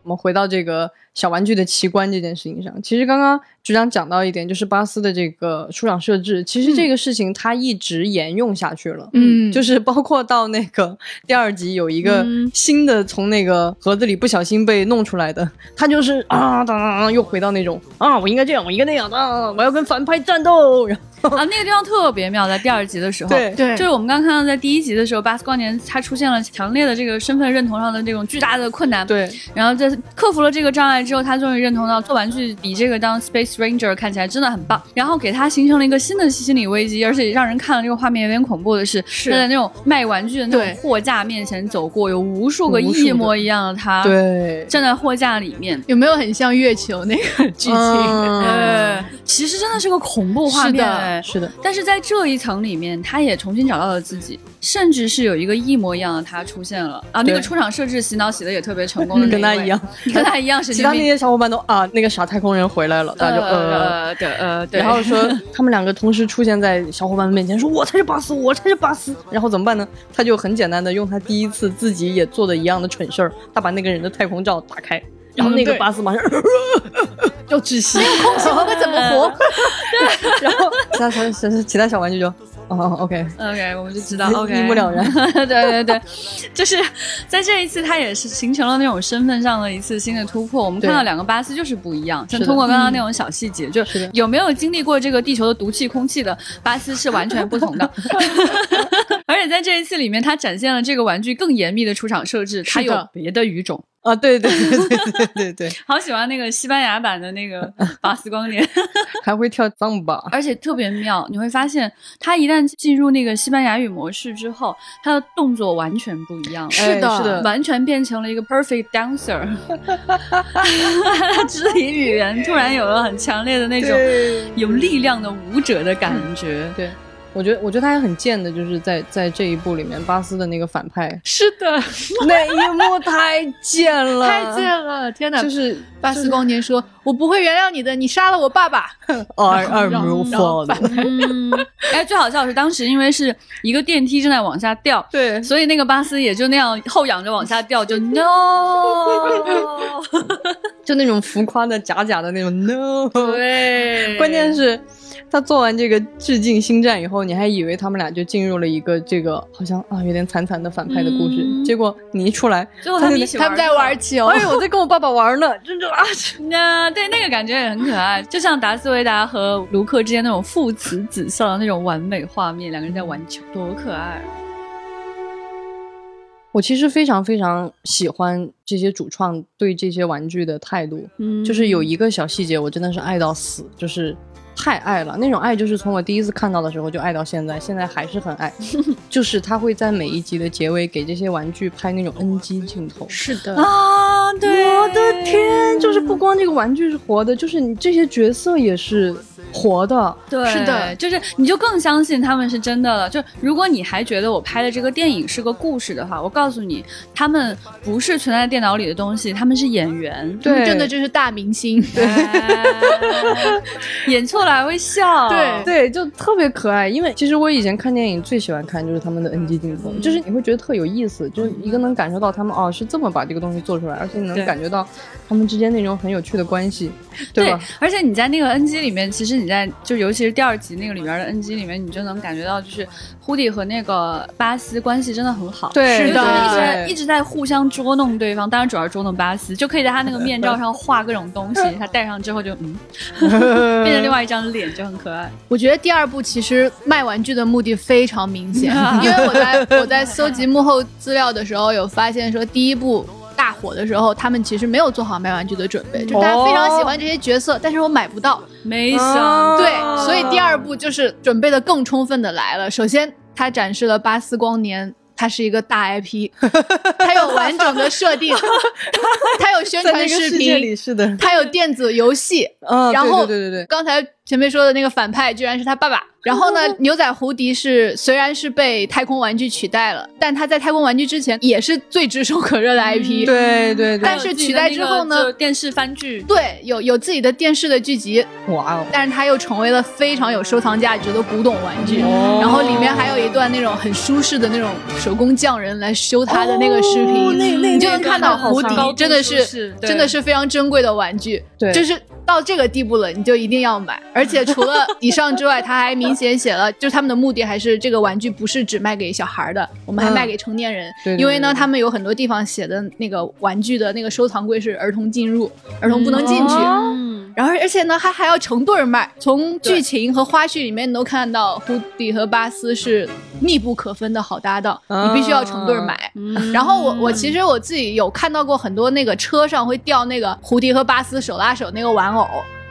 [SPEAKER 2] 我们回到这个小玩具的奇观这件事情上，其实刚刚局长讲到一点，就是巴斯的这个出场设置，其实这个事情它一直沿用下去了。
[SPEAKER 3] 嗯，
[SPEAKER 2] (laughs) 就是是包括到那个第二集有一个
[SPEAKER 1] 嗯
[SPEAKER 2] 新的从那个盒子里不小心被弄出来的，他就是啊当当当又回到那种啊我应该这样我应该那样啊我要跟反派战斗，然后
[SPEAKER 1] 啊，那个地方特别妙，在第二集的时候，
[SPEAKER 2] 对
[SPEAKER 3] 对，
[SPEAKER 1] 就是我们刚刚看到，在第一集的时候，巴斯光年他出现了强烈的这个身份认同上的这种巨大的困难，。
[SPEAKER 2] 对
[SPEAKER 1] 然后在克服了这个障碍之后，他终于认同到做玩具比这个当 Space Ranger 看起来真的很棒。然后给他形成了一个新的心理危机，而且让人看了这个画面有点恐怖的是，
[SPEAKER 3] 是
[SPEAKER 1] 他在那种卖玩具的那
[SPEAKER 3] 对
[SPEAKER 1] 种货架面前走过，有无数个
[SPEAKER 2] 无数个
[SPEAKER 1] 一模一样的他，，
[SPEAKER 2] 对，
[SPEAKER 1] 站在货架里面。
[SPEAKER 3] 有没有很像月球那个剧情？ (laughs)
[SPEAKER 2] 嗯
[SPEAKER 1] 呃，其实真的是个恐怖画面，
[SPEAKER 3] 是的
[SPEAKER 1] 哎
[SPEAKER 2] 是的，
[SPEAKER 1] 但是在这一层里面，他也重新找到了自己，甚至是有一个一模一样的他出现了啊！那
[SPEAKER 2] 对
[SPEAKER 1] 个出场设置洗脑洗的也特别成功的，
[SPEAKER 2] (laughs) 跟他一样，
[SPEAKER 1] 跟他一样
[SPEAKER 2] (laughs)
[SPEAKER 1] 神
[SPEAKER 2] 其
[SPEAKER 1] 经
[SPEAKER 2] 他那
[SPEAKER 1] 病。
[SPEAKER 2] 些小伙伴都啊那个傻太空人回来了，大家就呃。
[SPEAKER 1] 呃对呃对，
[SPEAKER 2] 然后说他们两个同时出现在小伙伴们面前，说我才是巴斯，我才是巴斯。然后怎么办呢？他就很简单的用他第一次自己也做的一样的蠢事儿，他把那个人的太空罩打开，然后那个
[SPEAKER 3] 对
[SPEAKER 2] 巴斯马上，
[SPEAKER 3] 就窒息，没有空气，我们怎么活？
[SPEAKER 2] (laughs) 然后其他小小其他小玩具就哦 OK，
[SPEAKER 1] (laughs) OK，我们就知道
[SPEAKER 2] (laughs) 一
[SPEAKER 1] 啊 OK，
[SPEAKER 2] 目了然。
[SPEAKER 1] (laughs) 对对对，就是在这一次，他也是形成了那种身份上的一次新的突破。我们
[SPEAKER 2] 对
[SPEAKER 1] 看到两个巴斯就是不一样，就是
[SPEAKER 2] 的
[SPEAKER 1] 通过刚刚那种小细节，就是
[SPEAKER 2] 的
[SPEAKER 1] 有没有经历过这个地球的毒气空气的巴斯是完全不同的。 (laughs) 而且在这一次里面，他展现了这个玩具更严密的出场设置，它
[SPEAKER 3] 是的
[SPEAKER 1] 有别的语种。
[SPEAKER 2] 啊，对对对对对对对，
[SPEAKER 1] 好喜欢那个西班牙版的那个巴斯光年，
[SPEAKER 2] 还会跳桑巴，
[SPEAKER 1] 而且特别妙。你会发现，他一旦进入那个西班牙语模式之后，他的动作完全不一样了。
[SPEAKER 3] 是的
[SPEAKER 2] 哎是的，
[SPEAKER 1] 完全变成了一个 perfect (laughs) dancer，肢体语言突然有了很强烈的那种
[SPEAKER 2] 对
[SPEAKER 1] 有力量的舞者的感觉。
[SPEAKER 2] 对，我觉得我觉得他还很贱的，就是在在这一部里面，巴斯的那个反派
[SPEAKER 3] 是的，
[SPEAKER 2] 那一幕太贱了，
[SPEAKER 3] 太贱了！天哪，
[SPEAKER 2] 就是
[SPEAKER 3] 巴斯光年说：“我不会原谅你的，你杀了我爸爸。
[SPEAKER 2] 二二
[SPEAKER 3] 然后
[SPEAKER 2] 模
[SPEAKER 3] 然后
[SPEAKER 2] 仿的，
[SPEAKER 1] (laughs) 嗯，哎，最好笑的是当时因为是一个电梯正在往下掉，
[SPEAKER 2] 对
[SPEAKER 1] 所以那个巴斯也就那样后仰着往下掉，就 no，
[SPEAKER 2] 就那种浮夸的假假的那种 no，
[SPEAKER 1] (laughs) 对，
[SPEAKER 2] 关键是。他做完这个致敬星战以后，你还以为他们俩就进入了一个这个好像啊有点惨惨的反派的故事，
[SPEAKER 1] 嗯
[SPEAKER 2] 结果你一出来，
[SPEAKER 1] 最后他们一起
[SPEAKER 3] 哦他们在玩球，
[SPEAKER 2] 哎，我在跟我爸爸玩呢，
[SPEAKER 3] (laughs)
[SPEAKER 2] 真的啊，
[SPEAKER 1] 那对那个感觉也很可爱，就像达斯维达和卢克之间那种父慈子孝的那种完美画面，两个人在玩球，多可爱！啊
[SPEAKER 2] 我其实非常非常喜欢这些主创对这些玩具的态度，
[SPEAKER 1] 嗯
[SPEAKER 2] 就是有一个小细节，我真的是爱到死，就是太爱了，那种爱就是从我第一次看到的时候就爱到现在，现在还是很 (laughs) 爱，就是他会在每一集的结尾给这些玩具拍那种 NG 镜头。
[SPEAKER 3] (laughs) 是的，
[SPEAKER 1] 啊，对，
[SPEAKER 2] 我的天，就是不光这个玩具是活的，就是你这些角色也是活的。
[SPEAKER 1] 对，
[SPEAKER 3] 是的
[SPEAKER 1] 就是你就更相信他们是真的了。就如果你还觉得我拍的这个电影是个故事的话，我告诉你，他们不是存在电脑里的东西，他们是演员。
[SPEAKER 2] 对
[SPEAKER 3] 真的就是大明星，
[SPEAKER 1] 对，哎
[SPEAKER 2] (laughs)
[SPEAKER 1] 演错了还会笑。
[SPEAKER 3] 对
[SPEAKER 2] 对，就特别可爱。因为其实我以前看电影最喜欢看就是他们的 NG 镜头，就是你会觉得特有意思，就是一个能感受到他们哦是这么把这个东西做出来，而且你
[SPEAKER 1] 对
[SPEAKER 2] 能感觉到他们之间那种很有趣的关系，
[SPEAKER 1] 对
[SPEAKER 2] 吧？
[SPEAKER 1] 而且你在那个 NG 里面，其实你在就尤其是第二集那个里边的 NG 里面，你就能感觉到，就是胡迪和那个巴斯关系真的很好。
[SPEAKER 2] 对
[SPEAKER 1] 因为
[SPEAKER 3] 是的
[SPEAKER 1] 他们一直在
[SPEAKER 2] 对
[SPEAKER 1] 一直在互相捉弄对方，当然主要是捉弄巴斯，就可以在他那个面罩上画各种东西，他戴上之后就嗯，
[SPEAKER 2] (laughs)
[SPEAKER 1] 变成另外一张脸，就很可爱。，
[SPEAKER 3] 我觉得第二部其实卖玩具的目的非常明显
[SPEAKER 2] (laughs)
[SPEAKER 3] 因为我在我在搜集幕后资料的时候有发现说，第一部大火的时候，他们其实没有做好卖玩具的准
[SPEAKER 2] 哦
[SPEAKER 3] 备，就大家非常喜欢这些角色，但是我买不到，
[SPEAKER 1] 没想
[SPEAKER 2] 哦
[SPEAKER 1] 到，
[SPEAKER 3] 对，所以第二部就是准备的更充分的来了。首先，它展示了巴斯光年。它是一个大
[SPEAKER 2] (laughs)
[SPEAKER 3] IP，它有完整的设定，它有宣
[SPEAKER 2] 在
[SPEAKER 3] 传
[SPEAKER 2] 那个
[SPEAKER 3] 视
[SPEAKER 2] 世界里
[SPEAKER 3] 频，(laughs)
[SPEAKER 2] 是的，
[SPEAKER 3] 它有电子游戏，
[SPEAKER 2] 嗯，
[SPEAKER 3] 然后
[SPEAKER 2] 对对对对
[SPEAKER 3] 刚才前面说的那个反派居然是他爸爸。然
[SPEAKER 2] (laughs)
[SPEAKER 3] 后呢，牛仔胡迪是虽然是被太空玩具取代了，但他在太空玩具之前也是最炙手可热的 IP。
[SPEAKER 2] 嗯对对对对，
[SPEAKER 3] 但是取代之后呢
[SPEAKER 1] 就是电视番剧
[SPEAKER 3] 对有有自己的电视的剧集，
[SPEAKER 2] 哇哦，
[SPEAKER 3] 但是他又成为了非常有收藏价值的古董玩具。
[SPEAKER 2] 哦
[SPEAKER 3] 然后里面还有一段那种很舒适的那种手工匠人来修他的那个视频，
[SPEAKER 2] 哦
[SPEAKER 1] 嗯
[SPEAKER 2] 那那
[SPEAKER 3] 你就能
[SPEAKER 2] 那
[SPEAKER 3] 看
[SPEAKER 2] 个
[SPEAKER 3] 到
[SPEAKER 2] 好
[SPEAKER 3] 胡
[SPEAKER 2] 像
[SPEAKER 3] 迪
[SPEAKER 1] 高度
[SPEAKER 3] 真的
[SPEAKER 1] 舒
[SPEAKER 3] 是
[SPEAKER 1] 适对
[SPEAKER 3] 真的是非常珍贵的玩具，
[SPEAKER 2] 对
[SPEAKER 3] 就是到这个地步了，你就一定要买。而且除
[SPEAKER 2] (laughs)
[SPEAKER 3] 了以上之外，他还明显写了，就是他们的目的还是这个玩具不是只卖给小孩儿的，我们还
[SPEAKER 2] 嗯
[SPEAKER 3] 卖给成年人，
[SPEAKER 2] 对对
[SPEAKER 3] 因为呢，
[SPEAKER 2] 对对
[SPEAKER 3] 他们有很多地方写的那个玩具的那个收藏柜是儿童进入，儿童不能进去。
[SPEAKER 2] 哦
[SPEAKER 1] 嗯，
[SPEAKER 3] 然后，而且呢，还还要成对儿卖。从剧情和花絮里面，你都看到胡迪和巴斯是密不可分的好搭档，
[SPEAKER 2] 啊
[SPEAKER 3] 你必须要成对儿买。
[SPEAKER 1] 嗯
[SPEAKER 3] 然后我我其实我自己有看到过很多那个车上会吊那个胡迪和巴斯手拉手那个玩偶，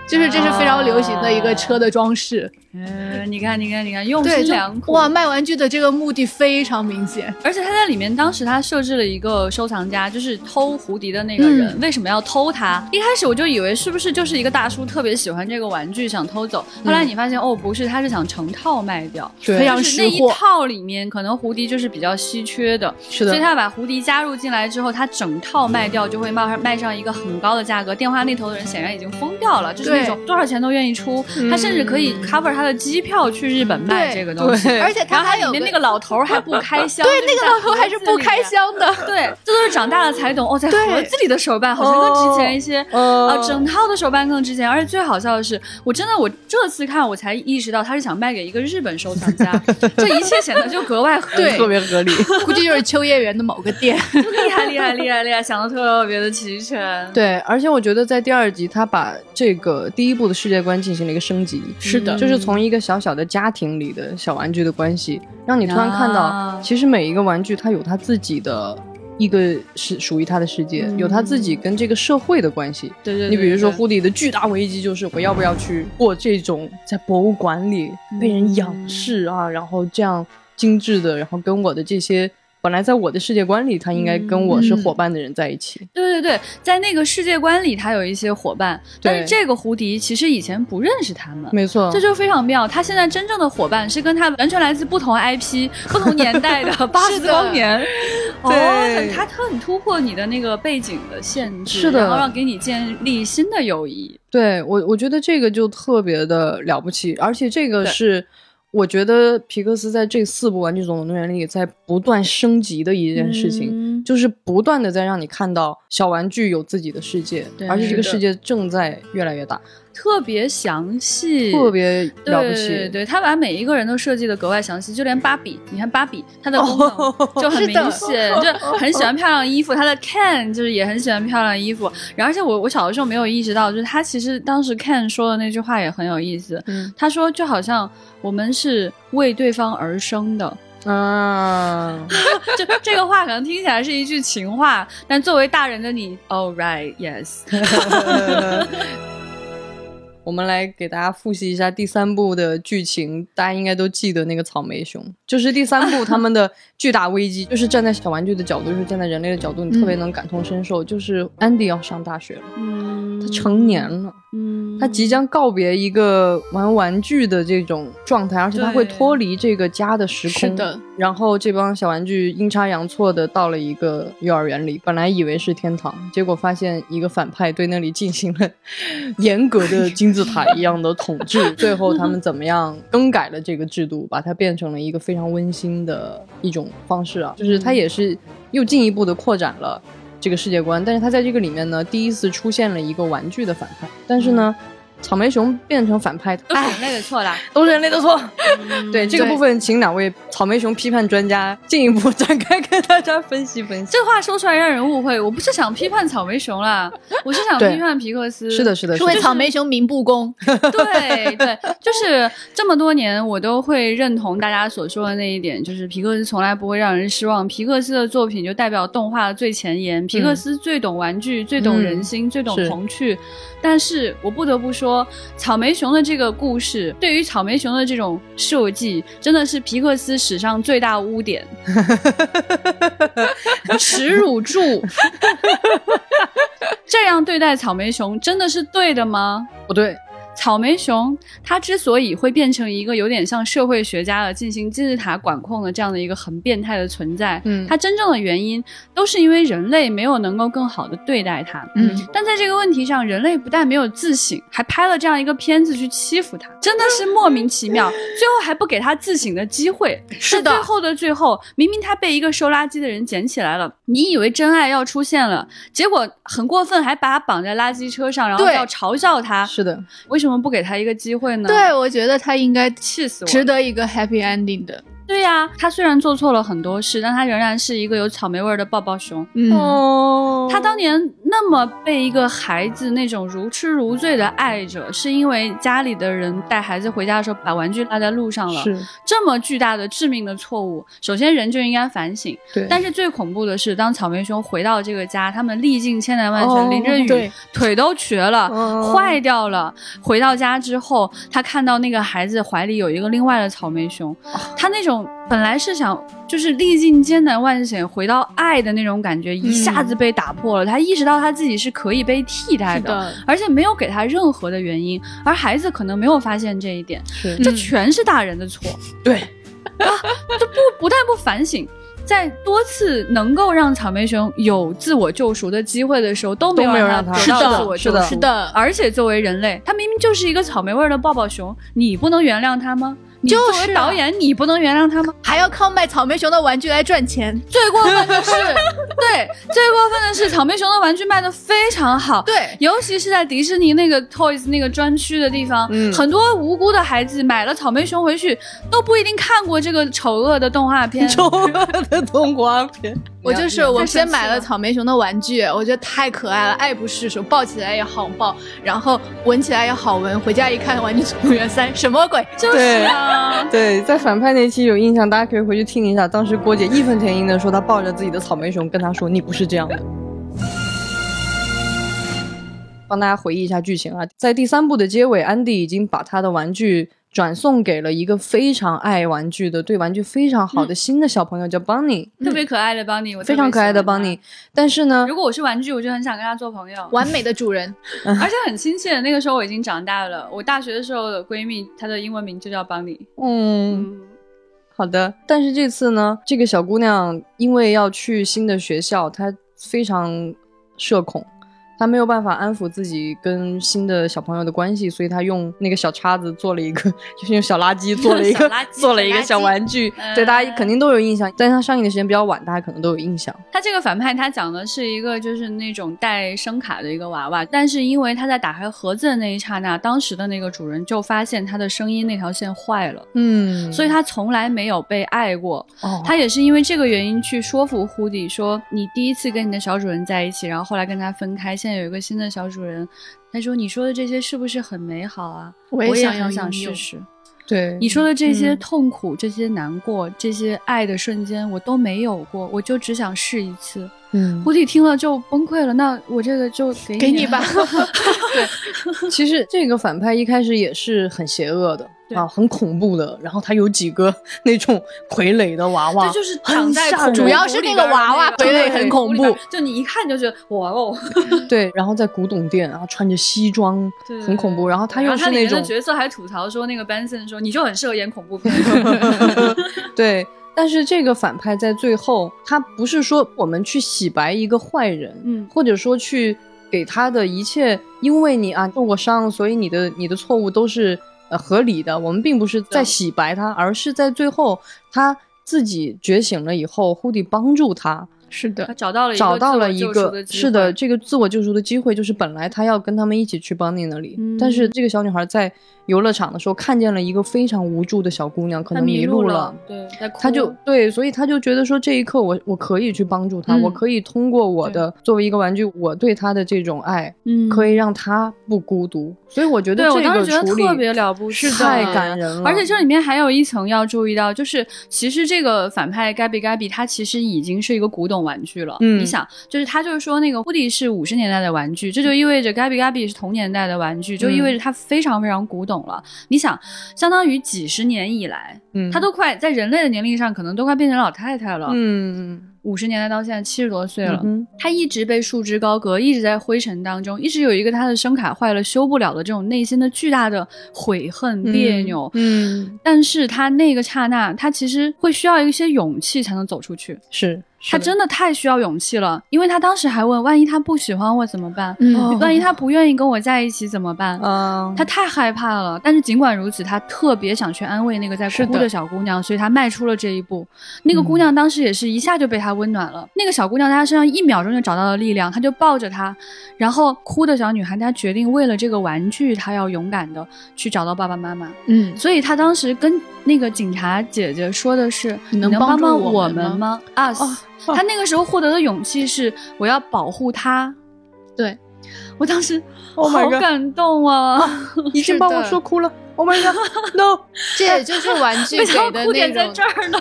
[SPEAKER 3] 就是这是非常流行的一个车的装饰。
[SPEAKER 2] 啊
[SPEAKER 1] 嗯，你看，你看，你看，用
[SPEAKER 3] 对，
[SPEAKER 1] 心
[SPEAKER 3] 就
[SPEAKER 1] 良苦
[SPEAKER 3] 哇，卖玩具的这个目的非常明显。
[SPEAKER 1] 而且他在里面当时他设置了一个收藏家，就是偷胡迪的那个人、
[SPEAKER 3] 嗯
[SPEAKER 1] 为什么要偷他？一开始我就以为是不是就是一个大叔特别喜欢这个玩具想偷走，后
[SPEAKER 3] 嗯
[SPEAKER 1] 来你发现、哦不是，他是想成套卖掉。
[SPEAKER 2] 对
[SPEAKER 3] 非常
[SPEAKER 1] 就是那
[SPEAKER 3] 识
[SPEAKER 1] 一
[SPEAKER 3] 货
[SPEAKER 1] 套里面，可能胡迪就是比较稀缺的，
[SPEAKER 2] 是
[SPEAKER 1] 所以
[SPEAKER 2] 的，
[SPEAKER 1] 他把胡迪加入进来之后，他整套卖掉就会卖上卖上一个很高的价格。电话那头的人显然已经疯掉了，就是那
[SPEAKER 3] 对
[SPEAKER 1] 种多少钱都愿意出，他甚至可以 cover 他的机票去日本卖
[SPEAKER 3] 对
[SPEAKER 1] 这个东西。
[SPEAKER 2] 嗯
[SPEAKER 3] (laughs)
[SPEAKER 2] 对
[SPEAKER 3] 而且
[SPEAKER 1] 然
[SPEAKER 3] 他
[SPEAKER 1] 后它
[SPEAKER 3] 还
[SPEAKER 1] 里
[SPEAKER 3] 有
[SPEAKER 1] 面那个老头儿还不开
[SPEAKER 3] (laughs)
[SPEAKER 1] 箱，对，那
[SPEAKER 3] 那个老头还是不开。箱的。
[SPEAKER 1] (laughs) 对，这都是长大了才懂哦，在
[SPEAKER 3] 对
[SPEAKER 1] 盒子里的手办好像更值钱一些。
[SPEAKER 2] 哦
[SPEAKER 1] 啊，整套的手办更值钱，而且最好笑的是，我真的我这次看我才意识到他是想卖给一个日本收藏
[SPEAKER 3] (laughs)
[SPEAKER 1] 家，这一切显得就格外合理，
[SPEAKER 3] 对
[SPEAKER 2] 特别合理。
[SPEAKER 3] 估计就是秋叶原的某个
[SPEAKER 2] (laughs)
[SPEAKER 3] 店。
[SPEAKER 1] 厉害厉害厉害厉害，想的特别的齐全。
[SPEAKER 2] 对，而且我觉得在第二集，他把这个第一部的世界观进行了一个升级，
[SPEAKER 1] 嗯是的
[SPEAKER 2] 就是从一个小小的家庭里的小玩具的关系，让你突然看
[SPEAKER 1] 啊
[SPEAKER 2] 到，其实每一个玩具它有它自己的一个是属于它的世界，有它自己跟这个社会的关系。
[SPEAKER 1] (laughs) 嗯对对对，
[SPEAKER 2] 你比如说
[SPEAKER 1] 对
[SPEAKER 2] 护理的巨大危机就是我要不要去过这种在博物馆里被
[SPEAKER 1] 嗯
[SPEAKER 2] 人仰视啊，然后这样精致的，然后跟我的这些本来在我的世界观里，他应该跟我
[SPEAKER 1] 嗯
[SPEAKER 2] 是伙伴的人在一起。
[SPEAKER 1] 对对对，在那个世界观里，他有一些伙伴，但是
[SPEAKER 2] 对
[SPEAKER 1] 这个胡迪其实以前不认识他们，
[SPEAKER 2] 没错，
[SPEAKER 1] 这就非常妙。他现在真正的伙伴是跟他完全来自不同 IP、不同年代 (laughs) 的巴斯光年。哦，
[SPEAKER 2] 对
[SPEAKER 1] 很他很突破你的那个背景的限制，
[SPEAKER 2] 是的
[SPEAKER 1] 然后让给你建立新的友谊。
[SPEAKER 2] 对我，我觉得这个就特别的了不起，而且这个
[SPEAKER 1] 对
[SPEAKER 2] 是我觉得皮克斯在这四部《玩具总动员》里在不断升级的一件事情。
[SPEAKER 1] 嗯
[SPEAKER 2] 就是不断的在让你看到小玩具有自己的世界，
[SPEAKER 1] 对
[SPEAKER 2] 而且这个
[SPEAKER 1] 是的
[SPEAKER 2] 世界正在越来越大，
[SPEAKER 1] 特别详细，
[SPEAKER 2] 特别了不起。
[SPEAKER 1] 对对，他把每一个人都设计的格外详细，就连芭比，你看芭比她的功
[SPEAKER 2] 哦
[SPEAKER 1] 能就很
[SPEAKER 3] 是
[SPEAKER 1] 明
[SPEAKER 3] 的
[SPEAKER 1] 显，就很喜欢漂亮衣服。她的 Ken 就是也很喜欢漂亮衣服。然后而且我我小的时候没有意识到，就是他其实当时 Ken 说的那句话也很有意思。
[SPEAKER 2] 嗯
[SPEAKER 1] 他说就好像我们是为对方而生的，
[SPEAKER 2] 啊，
[SPEAKER 1] 就这个话可能听起来是一句情话，但作为大人的你，All 哦 right, yes，
[SPEAKER 2] 我们来给大家复习一下第三部的剧情，大家应该都记得那个草莓熊，就是第三部他们的巨大危机，就是站在小玩具的角度，就是站在人类的角度，你特别能感同身受。就是安迪要上大学了，
[SPEAKER 1] 嗯，
[SPEAKER 2] 他成年了，
[SPEAKER 1] 嗯，
[SPEAKER 2] 他即将告别一个玩玩具的这种状态，而且他会
[SPEAKER 1] 对
[SPEAKER 2] 脱离这个家的时空。
[SPEAKER 3] 是的，
[SPEAKER 2] 然后这帮小玩具阴差阳错的到了一个幼儿园里，本来以为是天堂，结果发现一个反派对那里进行了严格的金字塔一样的统治。最后他们怎么样更改了这个制度，把它变成了一个非常温馨的一种方式啊，就是它也是又进一步的扩展了。这个世界观，但是它在这个里面呢，第一次出现了一个玩具的反派，但是呢，草莓熊变成反派，
[SPEAKER 1] 都是人类的错啦。
[SPEAKER 2] 啊都是人类的错。对这个
[SPEAKER 3] 对
[SPEAKER 2] 部分，请两位草莓熊批判专家进一步展开跟大家分析分析。
[SPEAKER 1] 这话说出来让人误会，我不是想批判草莓熊啦，我是想
[SPEAKER 2] 对
[SPEAKER 1] 批判皮克斯。
[SPEAKER 2] 是的，，是的，
[SPEAKER 3] 是
[SPEAKER 2] 是
[SPEAKER 3] 为
[SPEAKER 2] 的。
[SPEAKER 3] 草莓熊鸣不公，
[SPEAKER 2] (laughs)
[SPEAKER 1] 对对，就是这么多年，我都会认同大家所说的那一点，就是皮克斯从来不会让人失望。皮克斯的作品就代表动画的最前沿，皮克斯最懂玩具，最懂人心，最懂
[SPEAKER 2] 是
[SPEAKER 1] 童趣。但是我不得不说，草莓熊的这个故事，对于草莓熊的这种设计，真的是皮克斯史上最大污点，耻辱柱。 (laughs) 这样对待草莓熊真的是对的吗？
[SPEAKER 2] 不对，
[SPEAKER 1] 草莓熊它之所以会变成一个有点像社会学家的进行金字塔管控的这样的一个很变态的存在，
[SPEAKER 2] 嗯
[SPEAKER 1] 它真正的原因都是因为人类没有能够更好的对待它。
[SPEAKER 3] 嗯，
[SPEAKER 1] 但在这个问题上，人类不但没有自省，还拍了这样一个片子去欺负它，真的是莫名其妙。最后还不给它自省的机会。
[SPEAKER 3] 嗯是的
[SPEAKER 1] 在最后的最后，明明它被一个收垃圾的人捡起来了，你以为真爱要出现了，结果很过分，还把它绑在垃圾车上，然后
[SPEAKER 3] 对
[SPEAKER 1] 要嘲笑它。
[SPEAKER 2] 是的，
[SPEAKER 1] 为什么不给他一个机会呢？，
[SPEAKER 3] 对我觉得他应该
[SPEAKER 1] 气死我！
[SPEAKER 3] 值得一个 happy ending 的，
[SPEAKER 1] 对呀、他虽然做错了很多事，但他仍然是一个有草莓味儿的抱抱熊。
[SPEAKER 3] 嗯，
[SPEAKER 2] 哦
[SPEAKER 1] 他当年那么被一个孩子那种如痴如醉的爱着，是因为家里的人带孩子回家的时候把玩具落在路上了。
[SPEAKER 2] 是
[SPEAKER 1] 这么巨大的致命的错误，首先人就应该反省。
[SPEAKER 2] 对，
[SPEAKER 1] 但是最恐怖的是，当草莓熊回到这个家，他们历尽千难万
[SPEAKER 2] 哦
[SPEAKER 1] 险，淋着雨，
[SPEAKER 2] 对
[SPEAKER 1] 腿都瘸了，
[SPEAKER 2] 哦
[SPEAKER 1] 啊坏掉了。回到家之后，他看到那个孩子怀里有一个另外的草莓熊，
[SPEAKER 2] 哦
[SPEAKER 1] 他那种本来是想就是历尽艰难万险回到爱的那种感觉，一下子被打破了。他意识到他自己是可以被替代
[SPEAKER 3] 是
[SPEAKER 1] 的。
[SPEAKER 3] 的，
[SPEAKER 1] 而且没有给他任何的原因，而孩子可能没有发现这一点，
[SPEAKER 2] 是
[SPEAKER 1] 这
[SPEAKER 3] 嗯
[SPEAKER 1] 全是大人的错。
[SPEAKER 2] 对，
[SPEAKER 1] 不但不反省，在多次能够让草莓熊有自我救赎的机会的时候，都没
[SPEAKER 2] 都没有让
[SPEAKER 1] 他得
[SPEAKER 2] 他
[SPEAKER 3] 是
[SPEAKER 1] 嗯到
[SPEAKER 3] 的
[SPEAKER 1] 自我
[SPEAKER 2] 是
[SPEAKER 1] 救
[SPEAKER 2] 的
[SPEAKER 1] 赎。
[SPEAKER 3] 是的，
[SPEAKER 1] 而且作为人类，他明明就是一个草莓味儿的抱抱熊，你不能原谅他吗？你
[SPEAKER 3] 就是啊
[SPEAKER 1] 作为导演，你不能原谅他吗？
[SPEAKER 3] 还要靠卖草莓熊的玩具来赚钱，
[SPEAKER 1] (laughs) 最过分 (laughs) 的是，对，最过分的是，草莓熊的玩具卖的非常好，
[SPEAKER 3] 对，
[SPEAKER 1] 尤其是在迪士尼那个 Toys 那个专区的地方，
[SPEAKER 2] 嗯
[SPEAKER 1] 很多无辜的孩子买了草莓熊回去，都不一定看过这个丑恶的动画 (laughs) 片。
[SPEAKER 2] 丑恶的动画片，
[SPEAKER 3] 我就是我
[SPEAKER 1] 太神
[SPEAKER 3] 先
[SPEAKER 1] 奇
[SPEAKER 3] 买了
[SPEAKER 1] 了
[SPEAKER 3] 草莓熊的玩具，我觉得太可爱了，爱不释手，抱起来也好抱，然后闻起来也好闻。回家一看，《玩具总动员三》什么鬼？
[SPEAKER 1] 就是啊，
[SPEAKER 2] 对，在反派那期有印象，大家可以回去听一下。当时郭姐义愤填膺的说，她抱着自己的草莓熊跟她说：“你不是这样的。”帮大家回忆一下剧情啊，在第三部的结尾，安迪已经把他的玩具转送给了一个非常爱玩具的、对玩具非常好的新的小朋友，叫邦尼，
[SPEAKER 1] 特别可爱的邦尼，我特
[SPEAKER 2] 非
[SPEAKER 1] 别
[SPEAKER 2] 常可爱的
[SPEAKER 1] 喜欢
[SPEAKER 2] 邦
[SPEAKER 1] 他
[SPEAKER 2] 尼。但是呢，
[SPEAKER 1] 如果我是玩具，我就很想跟他做朋友，
[SPEAKER 3] 完美的主人， (laughs)
[SPEAKER 1] 而且很亲切。那个时候我已经长大了，我大学的时候的闺蜜，她的英文名就叫邦尼。
[SPEAKER 2] 嗯，
[SPEAKER 1] 嗯，
[SPEAKER 2] 好的。但是这次呢，这个小姑娘因为要去新的学校，她非常社恐，他没有办法安抚自己跟新的小朋友的关系，所以他用那个小叉子做了一个， (laughs) 就是用小垃圾做了一
[SPEAKER 1] 小
[SPEAKER 2] 个
[SPEAKER 1] 垃圾
[SPEAKER 2] 做了一
[SPEAKER 1] 小
[SPEAKER 2] 个
[SPEAKER 1] 垃圾
[SPEAKER 2] 小玩具
[SPEAKER 1] 嗯，
[SPEAKER 2] 对大家肯定都有印象，但是他上映的时间比较晚，大家可能都有印象。
[SPEAKER 1] 他这个反派，他讲的是一个就是那种带声卡的一个娃娃，但是因为他在打开盒子的那一刹那，当时的那个主人就发现他的声音那条线坏了，
[SPEAKER 2] 嗯
[SPEAKER 1] 所以他从来没有被爱过。
[SPEAKER 2] 哦
[SPEAKER 1] 他也是因为这个原因去说服胡迪说，哎你第一次跟你的小主人在一起，然后后来跟他分开，现在有一个新的小主人。他说：“你说的这些是不是很美好啊？
[SPEAKER 3] 我
[SPEAKER 1] 我
[SPEAKER 3] 也想要
[SPEAKER 1] 很想
[SPEAKER 3] 拥有
[SPEAKER 1] 试试。
[SPEAKER 2] 对
[SPEAKER 1] 你说的这些
[SPEAKER 2] 嗯
[SPEAKER 1] 痛苦、这些难过、这些爱的瞬间，我都没有过，我就只想试一次。
[SPEAKER 2] 嗯
[SPEAKER 1] 胡迪听了就崩溃了，那我这个就给你 (laughs)
[SPEAKER 3] 给你吧
[SPEAKER 2] 其实这个反派一开始也是很邪恶的
[SPEAKER 1] 对
[SPEAKER 2] 啊，很恐怖的。然后他有几个那种傀儡的娃娃，
[SPEAKER 1] 这就是
[SPEAKER 2] 很
[SPEAKER 1] 躺在
[SPEAKER 2] 吓
[SPEAKER 1] 恐
[SPEAKER 2] 人
[SPEAKER 1] 怖
[SPEAKER 3] 主要是那个娃娃
[SPEAKER 1] 对
[SPEAKER 3] 傀儡很恐怖，
[SPEAKER 1] 就你一看就觉得哇
[SPEAKER 2] (laughs)
[SPEAKER 1] 哦，
[SPEAKER 2] 对，然后在古董店啊，穿着西装，
[SPEAKER 1] 对
[SPEAKER 2] 很恐怖。然后他
[SPEAKER 1] 然
[SPEAKER 2] 又
[SPEAKER 1] 后他
[SPEAKER 2] 是
[SPEAKER 1] 里
[SPEAKER 2] 那
[SPEAKER 1] 面的
[SPEAKER 2] 种
[SPEAKER 1] 角色还吐槽说，那个 Benson 说你就很适合演恐
[SPEAKER 2] (laughs)
[SPEAKER 1] 怖片，
[SPEAKER 2] 对，但是这个反派在最后，他不是说我们去洗白一个坏人， (laughs)
[SPEAKER 1] 嗯
[SPEAKER 2] 或者说去给他的一切，因为你啊受过伤，所以你的你的错误都是呃合理的。我们并不是
[SPEAKER 1] 啊
[SPEAKER 2] 在洗白他，而是在最后他自己觉醒了以后，胡迪帮助他。
[SPEAKER 3] 是的
[SPEAKER 1] 他，找到了一个
[SPEAKER 2] 找到了一
[SPEAKER 1] 自我救赎的
[SPEAKER 2] 个
[SPEAKER 1] 机会
[SPEAKER 2] 是的，，这个自我救赎的机会，就是本来他要跟他们一起去邦尼那里，
[SPEAKER 1] 嗯
[SPEAKER 2] 但是这个小女孩在游乐场的时候看见了一个非常无助的小姑娘，可
[SPEAKER 1] 他
[SPEAKER 2] 能迷
[SPEAKER 1] 路
[SPEAKER 2] 了，，
[SPEAKER 1] 对，在哭
[SPEAKER 2] 他就对，所以他就觉得说这一刻我我可以去帮助他，
[SPEAKER 1] 嗯
[SPEAKER 2] 我可以通过我的作为一个玩具，我对他的这种爱，
[SPEAKER 1] 嗯
[SPEAKER 2] 可以让他不孤独。所以我觉
[SPEAKER 1] 对
[SPEAKER 2] 得这
[SPEAKER 1] 我当
[SPEAKER 2] 个
[SPEAKER 1] 时觉得
[SPEAKER 2] 处理
[SPEAKER 1] 特别了不起，
[SPEAKER 2] 太感人了，
[SPEAKER 1] 而且这里面还有一层要注意到，就是其实这个反派 Gabi Gabi 他其实已经是一个古董玩具了。
[SPEAKER 2] 嗯
[SPEAKER 1] 你想，就是他就是说那个 Woody 是五十年代的玩具，这就意味着 Gabi Gabi 是同年代的玩具，就意味
[SPEAKER 2] 嗯
[SPEAKER 1] 着它非常非常古董了。你想，相当于几十年以来，
[SPEAKER 2] 嗯
[SPEAKER 1] 他都快在人类的年龄上可能都快变成老太太了。
[SPEAKER 2] 嗯
[SPEAKER 1] 五十年代到现在七十多岁
[SPEAKER 2] 对
[SPEAKER 1] 了，他一直被束之高阁，一直在灰尘当中，一直有一个他的声卡坏了修不了的这种内心的巨大的悔恨、别扭。
[SPEAKER 2] 嗯
[SPEAKER 1] 但是他那个刹那，他其实会需要一些勇气才能走出去。
[SPEAKER 2] 是是
[SPEAKER 1] 他真的太需要勇气了，因为他当时还问：万一他不喜欢我怎么办？
[SPEAKER 3] 嗯
[SPEAKER 2] 哦
[SPEAKER 1] 万一他不愿意跟我在一起怎么办？
[SPEAKER 2] 嗯
[SPEAKER 1] 他太害怕了，但是尽管如此，他特别想去安慰那个在
[SPEAKER 2] 是
[SPEAKER 1] 哭
[SPEAKER 2] 的嗯
[SPEAKER 1] 的小姑娘，所以他迈出了这一步。那个姑娘当时也是一下就被他温暖了，那个小姑娘在她身上一秒钟就找到了力量，她就抱着她，然后哭的小女孩，她决定为了这个玩具，她要勇敢的去找到爸爸妈妈。
[SPEAKER 3] 嗯，
[SPEAKER 1] 所以她当时跟那个警察姐姐说的是：“
[SPEAKER 3] 你能
[SPEAKER 1] 能
[SPEAKER 3] 帮
[SPEAKER 1] 帮
[SPEAKER 3] 助
[SPEAKER 1] 帮
[SPEAKER 3] 我
[SPEAKER 1] 我
[SPEAKER 3] 们
[SPEAKER 1] 们吗？”Us，、她
[SPEAKER 2] 哦
[SPEAKER 1] 那个时候获得的勇气是：“我要保护她。”
[SPEAKER 3] 对，
[SPEAKER 1] 我当时
[SPEAKER 2] (laughs) Oh
[SPEAKER 1] 好
[SPEAKER 2] my God 哦
[SPEAKER 1] 感动啊！
[SPEAKER 2] 已经把
[SPEAKER 3] 是
[SPEAKER 2] 我
[SPEAKER 3] 的
[SPEAKER 2] 说哭了，Oh my
[SPEAKER 1] (laughs)
[SPEAKER 2] God，No！
[SPEAKER 3] 这也就是玩具
[SPEAKER 1] 为
[SPEAKER 3] 给
[SPEAKER 1] 什么
[SPEAKER 3] 的
[SPEAKER 1] 哭
[SPEAKER 3] 那
[SPEAKER 1] 点在这
[SPEAKER 3] 种
[SPEAKER 1] 儿呢？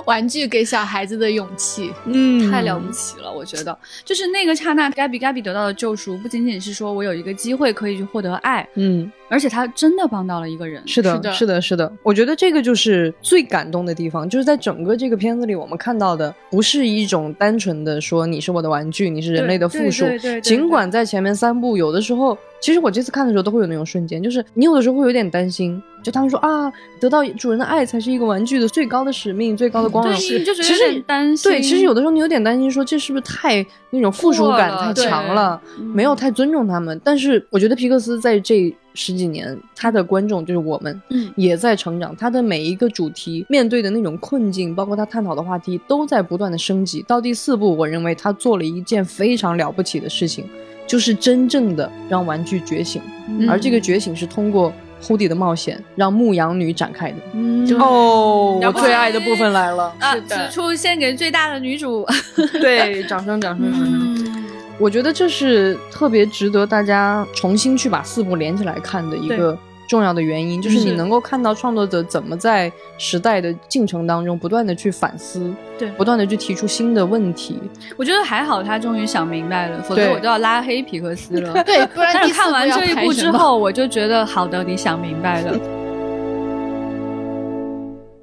[SPEAKER 3] (laughs) 玩具给小孩子的勇气。
[SPEAKER 2] 嗯
[SPEAKER 1] 太了不起了，我觉得，就是那个刹那，Gabi Gabi 得到的救赎，不仅仅是说我有一个机会可以去获得爱，
[SPEAKER 2] 嗯。
[SPEAKER 1] 而且他真的帮到了一个人。
[SPEAKER 2] 是
[SPEAKER 3] 是
[SPEAKER 2] 的，
[SPEAKER 3] 的
[SPEAKER 2] 是的，是的。我觉得这个就是最感动的地方，就是在整个这个片子里，我们看到的不是一种单纯的说你是我的玩具，你是人类的附属
[SPEAKER 1] 对对对对对。
[SPEAKER 2] 尽管在前面三部，有的时候，其实我这次看的时候都会有那种瞬间，就是你有的时候会有点担心，就他们说啊，得到主人的爱才是一个玩具的最高的使命、最高的光荣。
[SPEAKER 1] 对，你就觉得
[SPEAKER 2] 其
[SPEAKER 1] 有
[SPEAKER 2] 实
[SPEAKER 1] 点担心。嗯
[SPEAKER 2] 对，其实有的时候你有点担心，说这是不是太那种附属感
[SPEAKER 1] 过
[SPEAKER 2] 太
[SPEAKER 1] 了
[SPEAKER 2] 强
[SPEAKER 1] 对
[SPEAKER 2] 了，
[SPEAKER 1] 嗯
[SPEAKER 2] 没有太尊重他们。但是我觉得皮克斯在这十几年，他的观众就是我们，
[SPEAKER 1] 嗯
[SPEAKER 2] 也在成长。他的每一个主题面对的那种困境，包括他探讨的话题，都在不断的升级。到第四部，我认为他做了一件非常了不起的事情，就是真正的让玩具觉醒，
[SPEAKER 1] 嗯
[SPEAKER 2] 而这个觉醒是通过。胡迪的冒险让牧羊女展开的
[SPEAKER 1] 嗯
[SPEAKER 3] 对
[SPEAKER 2] 哦
[SPEAKER 1] 了
[SPEAKER 2] 我
[SPEAKER 1] 不
[SPEAKER 2] 最
[SPEAKER 1] 起
[SPEAKER 2] 爱的部分来了，
[SPEAKER 1] 啊，
[SPEAKER 3] 是的
[SPEAKER 1] 此处献给最大的女主。
[SPEAKER 2] (laughs) 对，掌声，掌声，掌声。我觉得这是特别值得大家重新去把四部连起来看的一个重要的原因，就是你
[SPEAKER 1] 是
[SPEAKER 2] 能够看到创作者怎么在时代的进程当中不断的去反思，
[SPEAKER 1] 对
[SPEAKER 2] 不断的去提出新的问题。
[SPEAKER 1] 我觉得还好，他终于想明白了，否则
[SPEAKER 2] 对
[SPEAKER 1] 我都要拉黑皮克斯
[SPEAKER 2] (laughs)
[SPEAKER 1] 了。
[SPEAKER 3] 对，不然
[SPEAKER 1] 但
[SPEAKER 3] 第
[SPEAKER 1] 是 (laughs)
[SPEAKER 3] 四
[SPEAKER 1] 看
[SPEAKER 3] 部
[SPEAKER 1] 完
[SPEAKER 3] 要
[SPEAKER 1] 这一
[SPEAKER 3] 拍
[SPEAKER 1] 部
[SPEAKER 3] 什
[SPEAKER 1] 之
[SPEAKER 3] 么，
[SPEAKER 1] 后，我就觉得好的，你想明白
[SPEAKER 2] (laughs)
[SPEAKER 1] 了。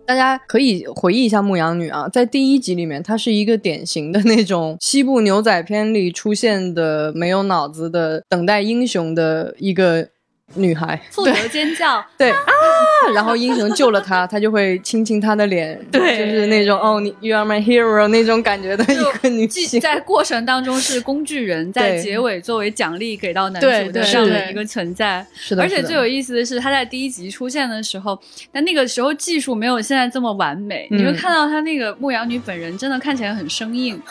[SPEAKER 2] 大家可以回忆一下《牧羊女》啊，在第一集里面，她是一个典型的那种西部牛仔片里出现的没有脑子的等待英雄的一个女孩，
[SPEAKER 1] 负责尖叫，
[SPEAKER 2] 对啊，然后英雄救了她，她就会亲亲她的脸，
[SPEAKER 1] 对
[SPEAKER 2] 就是那种哦，你 you are my hero 那种感觉的一个女
[SPEAKER 1] 既
[SPEAKER 2] 性。
[SPEAKER 1] 在过程当中是工具人，在
[SPEAKER 2] 对
[SPEAKER 1] 结尾作为奖励给到男
[SPEAKER 3] 对
[SPEAKER 1] 主的
[SPEAKER 3] 对
[SPEAKER 1] 这样的
[SPEAKER 3] 是
[SPEAKER 1] 一个存在。
[SPEAKER 2] 是的，
[SPEAKER 1] 而且
[SPEAKER 2] 是的
[SPEAKER 1] 最有意思的是，他在第一集出现的时候，但那个时候技术没有现在这么完美，
[SPEAKER 2] 嗯
[SPEAKER 1] 你会看到他那个牧羊女本人真的看起来很生
[SPEAKER 2] (laughs)
[SPEAKER 1] 硬，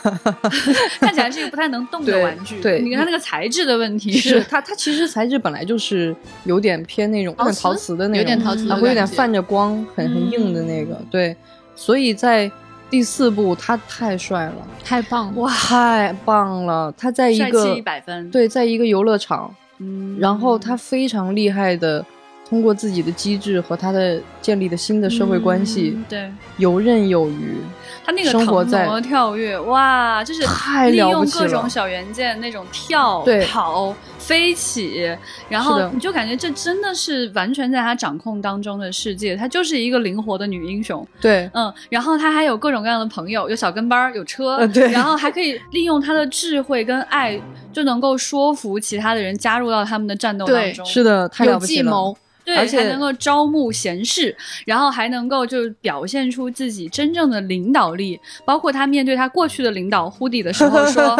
[SPEAKER 1] 看起来是一个不太能动的
[SPEAKER 2] 对
[SPEAKER 1] 玩具。
[SPEAKER 2] 对
[SPEAKER 1] 你看它那个材质的问题
[SPEAKER 2] 是它，它其实材质本来就是有点偏那种有点
[SPEAKER 1] 陶
[SPEAKER 2] 陶
[SPEAKER 1] 瓷
[SPEAKER 2] 瓷的那种，
[SPEAKER 3] 有点陶瓷
[SPEAKER 1] 啊
[SPEAKER 3] 的
[SPEAKER 2] 然后有点
[SPEAKER 3] 感觉
[SPEAKER 2] 泛着光，很很硬
[SPEAKER 1] 嗯
[SPEAKER 2] 的那个。对，所以在第四部他太帅了，
[SPEAKER 3] 太棒了！
[SPEAKER 2] 哇，太棒了！他在一
[SPEAKER 1] 帅
[SPEAKER 2] 个
[SPEAKER 1] 气一百分。，
[SPEAKER 2] 对，在一个游乐场，
[SPEAKER 1] 嗯
[SPEAKER 2] 然后他非常厉害的通过自己的机智和他的建立的新的社会关系，
[SPEAKER 1] 嗯对
[SPEAKER 2] 游刃有余。
[SPEAKER 1] 他那个
[SPEAKER 2] 生活
[SPEAKER 1] 腾
[SPEAKER 2] 在
[SPEAKER 1] 挪跳跃，哇，就是
[SPEAKER 2] 太
[SPEAKER 1] 利
[SPEAKER 2] 了
[SPEAKER 1] 用
[SPEAKER 2] 不起
[SPEAKER 1] 各种
[SPEAKER 2] 了
[SPEAKER 1] 小元件那种跳、
[SPEAKER 2] 对
[SPEAKER 1] 跑、飞起，然
[SPEAKER 2] 是
[SPEAKER 1] 后
[SPEAKER 2] 的
[SPEAKER 1] 你就感觉这真的是完全在他掌控当中的世界，她就是一个灵活的女英雄。
[SPEAKER 2] 对，
[SPEAKER 1] 嗯，然后她还有各种各样的朋友，有小跟班儿，有车，
[SPEAKER 2] 呃对
[SPEAKER 1] 然后还可以利用她的智慧跟爱，就能够说服其他的人加入到他们的战斗当
[SPEAKER 3] 对
[SPEAKER 1] 中。
[SPEAKER 2] 是的，太了
[SPEAKER 3] 有
[SPEAKER 2] 不
[SPEAKER 3] 计
[SPEAKER 2] 起了。
[SPEAKER 3] 谋，
[SPEAKER 1] 对，
[SPEAKER 2] 而且
[SPEAKER 1] 还能够招募贤士，然后还能够就是表现出自己真正的领导力，包括他面对他过去的领导忽迪的时候
[SPEAKER 2] (laughs)
[SPEAKER 1] 说：“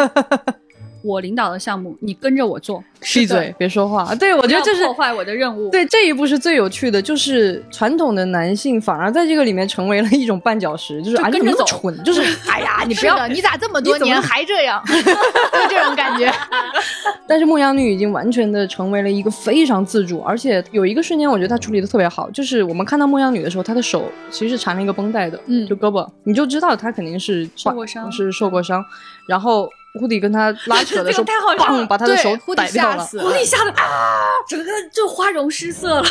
[SPEAKER 1] 我领导的项目，你跟着我做，
[SPEAKER 2] 闭嘴，别说话。对，我
[SPEAKER 1] 我
[SPEAKER 2] 觉得就是
[SPEAKER 1] 破坏我的任务。”，
[SPEAKER 2] 对这一步是最有趣的，就是传统的男性反而在这个里面成为了一种绊脚石，就是
[SPEAKER 1] 就
[SPEAKER 2] 啊，你
[SPEAKER 1] 跟
[SPEAKER 2] 怎么
[SPEAKER 1] 着
[SPEAKER 2] 那么
[SPEAKER 1] 走
[SPEAKER 2] 蠢，就是
[SPEAKER 1] (laughs)
[SPEAKER 2] 哎呀，你不
[SPEAKER 3] 是
[SPEAKER 2] 要。
[SPEAKER 3] 的，你咋这么多年还这样？就这种感觉，
[SPEAKER 2] 但是牧羊女已经完全的成为了一个非常自主，而且有一个瞬间，我觉得她处理的特别好，就是我们看到牧羊女的时候，她的手其实是缠了一个绷带的，
[SPEAKER 3] 嗯
[SPEAKER 2] 就胳膊，你就知道她肯定是
[SPEAKER 1] 受过伤
[SPEAKER 2] 是受过伤。然后胡迪跟她拉扯的时
[SPEAKER 1] (laughs) 这个
[SPEAKER 2] 候，
[SPEAKER 1] 太好笑了
[SPEAKER 2] 砰，把她的手
[SPEAKER 3] 对胡迪
[SPEAKER 2] 逮掉
[SPEAKER 3] 吓
[SPEAKER 2] 了。
[SPEAKER 3] 死
[SPEAKER 1] 狐
[SPEAKER 3] 了。
[SPEAKER 1] 狸吓得啊，整个就花容失色 (laughs) 了。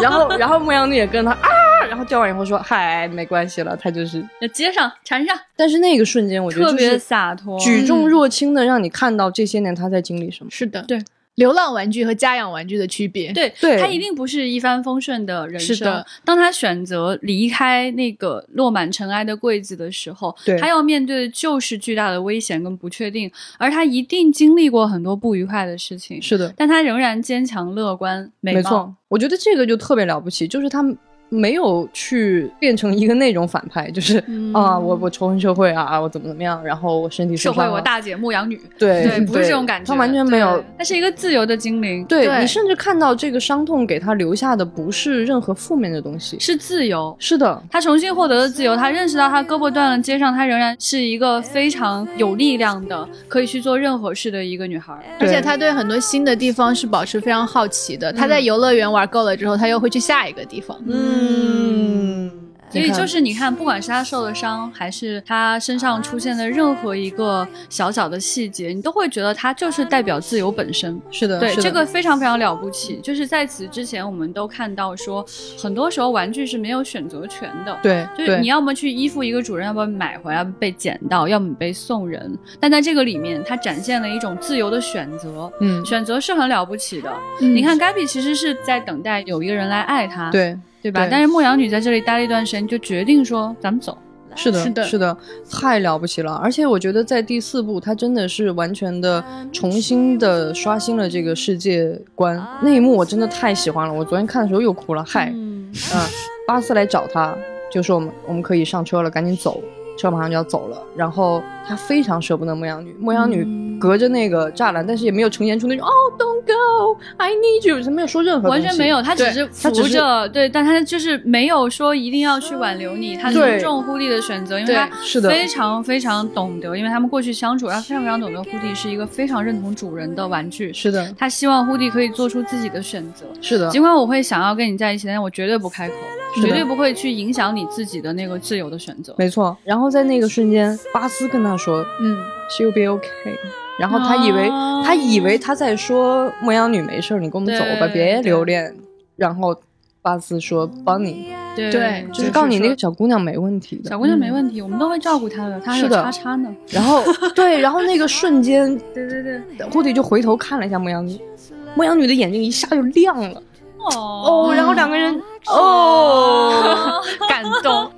[SPEAKER 2] 然后，然后牧羊女也跟她啊，然后叫完以后说：“嗨，没关系了，她就是。
[SPEAKER 1] 接上缠上，”
[SPEAKER 2] 但是那个瞬间，我觉得
[SPEAKER 1] 特别嗯
[SPEAKER 2] 就是
[SPEAKER 1] 洒脱。
[SPEAKER 2] 举重若轻的让你看到这些年他在经历什么。
[SPEAKER 3] 是的，
[SPEAKER 1] 对
[SPEAKER 3] 流浪玩具和家养玩具的区别。
[SPEAKER 1] 对，
[SPEAKER 2] 对
[SPEAKER 1] 他一定不是一帆风顺的人生。
[SPEAKER 3] 是的，
[SPEAKER 1] 当他选择离开那个落满尘埃的柜子的时候，
[SPEAKER 2] 对
[SPEAKER 1] 他要面对的就是巨大的危险跟不确定，而他一定经历过很多不愉快的事情，
[SPEAKER 2] 是的，
[SPEAKER 1] 但他仍然坚强、乐观、美
[SPEAKER 2] 没
[SPEAKER 1] 貌。
[SPEAKER 2] 错，我觉得这个就特别了不起，就是他没有去变成一个那种反派，就是、
[SPEAKER 1] 嗯
[SPEAKER 2] 啊，我我仇恨社会啊啊，我怎么怎么样，然后我身体
[SPEAKER 1] 社
[SPEAKER 2] 受
[SPEAKER 1] 会
[SPEAKER 2] 伤
[SPEAKER 1] 我
[SPEAKER 2] 了，
[SPEAKER 1] 大姐牧羊女，
[SPEAKER 2] 对
[SPEAKER 1] 对，不是这种感觉，
[SPEAKER 2] 他完全没有
[SPEAKER 1] 对，他是一个自由的精灵，
[SPEAKER 2] 对
[SPEAKER 3] 对
[SPEAKER 2] 你甚至看到这个伤痛给他留下的不是任何负面的东西，
[SPEAKER 1] 是自由，
[SPEAKER 2] 是的，
[SPEAKER 1] 他重新获得了自由，他认识到他胳膊断了，街上他仍然是一个非常有力量的，可以去做任何事的一个女孩儿。
[SPEAKER 3] 而且
[SPEAKER 2] 对
[SPEAKER 3] 他对很多新的地方是保持非常好奇的。他在游乐园玩够了之后，他又会去下一个地方。
[SPEAKER 2] 嗯，
[SPEAKER 1] 所以
[SPEAKER 2] 你看
[SPEAKER 1] 就是你看，不管是他受的伤，还是他身上出现的任何一个小小的细节，你都会觉得他就是代表自由本身。
[SPEAKER 2] 是的，
[SPEAKER 1] 对，
[SPEAKER 2] 是的
[SPEAKER 1] 这个非常非常了不起。就是在此之前，我们都看到说，很多时候玩具是没有选择权的。
[SPEAKER 2] 对
[SPEAKER 1] 就是你
[SPEAKER 2] 对
[SPEAKER 1] 要么去依附一个主人，要么买回来被捡到，要么被送人。但在这个里面，它展现了一种自由的选择，
[SPEAKER 2] 嗯
[SPEAKER 1] 选择是很了不起的。
[SPEAKER 3] 嗯
[SPEAKER 1] 你看，盖比其实是在等待有一个人来爱他，
[SPEAKER 2] 对。
[SPEAKER 1] 对吧？
[SPEAKER 2] 对
[SPEAKER 1] 但是牧羊女在这里待了一段时间，就决定说咱们走。
[SPEAKER 2] 是的，
[SPEAKER 3] 是的
[SPEAKER 2] 太了不起了！而且我觉得在第四部，它真的是完全的重新的刷新了这个世界观。那一幕我真的太喜欢了，我昨天看的时候又哭了。嗨，嗯、
[SPEAKER 1] 啊嗯，
[SPEAKER 2] 巴斯来找他，就说我们我们可以上车了，赶紧走，车马上就要走了。然后他非常舍不得牧羊女，牧羊女
[SPEAKER 1] 嗯
[SPEAKER 2] 隔着那个栅栏，但是也没有呈现出那种哦、d o n t go，I need you，他没有说任何，
[SPEAKER 1] 完全没。有，她只是扶
[SPEAKER 2] 她只是
[SPEAKER 1] 着，对，但她就是没有说一定要去挽留你，她尊
[SPEAKER 2] 对
[SPEAKER 1] 重忽地的选择，因为
[SPEAKER 3] 对
[SPEAKER 1] 她
[SPEAKER 2] 嗯是的
[SPEAKER 1] 非常非常懂得，因为他们过去相处，她啊非常非常懂得忽地是一个非常认同主人的玩具，
[SPEAKER 2] 是的，
[SPEAKER 1] 她希望忽地可以做出自己的选择。
[SPEAKER 2] 是的，
[SPEAKER 1] 尽管我会想要跟你在一起，但我绝对不开口，
[SPEAKER 2] 是的
[SPEAKER 1] 绝对不会去影响你自己的那个自由的选择。
[SPEAKER 2] 没错。然后在那个瞬间，巴斯跟他说：“
[SPEAKER 3] 嗯，
[SPEAKER 2] she'll be okay。然后他以为、
[SPEAKER 1] 哦
[SPEAKER 2] 他以为他在说牧羊女没事儿，你跟我们走
[SPEAKER 1] 对
[SPEAKER 2] 吧，别留恋。然后巴斯说帮你，
[SPEAKER 1] 对
[SPEAKER 3] 对
[SPEAKER 2] 就是告诉你那个
[SPEAKER 1] 说
[SPEAKER 2] 小姑娘没问题的。
[SPEAKER 1] 小姑娘没问题，我们都会照顾她的，她还有
[SPEAKER 2] 是的
[SPEAKER 1] 叉叉呢。
[SPEAKER 2] 然后 (laughs) 对，然后那个瞬间，
[SPEAKER 1] 对对对，
[SPEAKER 2] 蝴蝶就回头看了一下牧羊女，牧羊女的眼睛一下就亮了。
[SPEAKER 1] 哦
[SPEAKER 2] 哦，然后两个人哦，
[SPEAKER 3] (laughs)
[SPEAKER 2] 感动，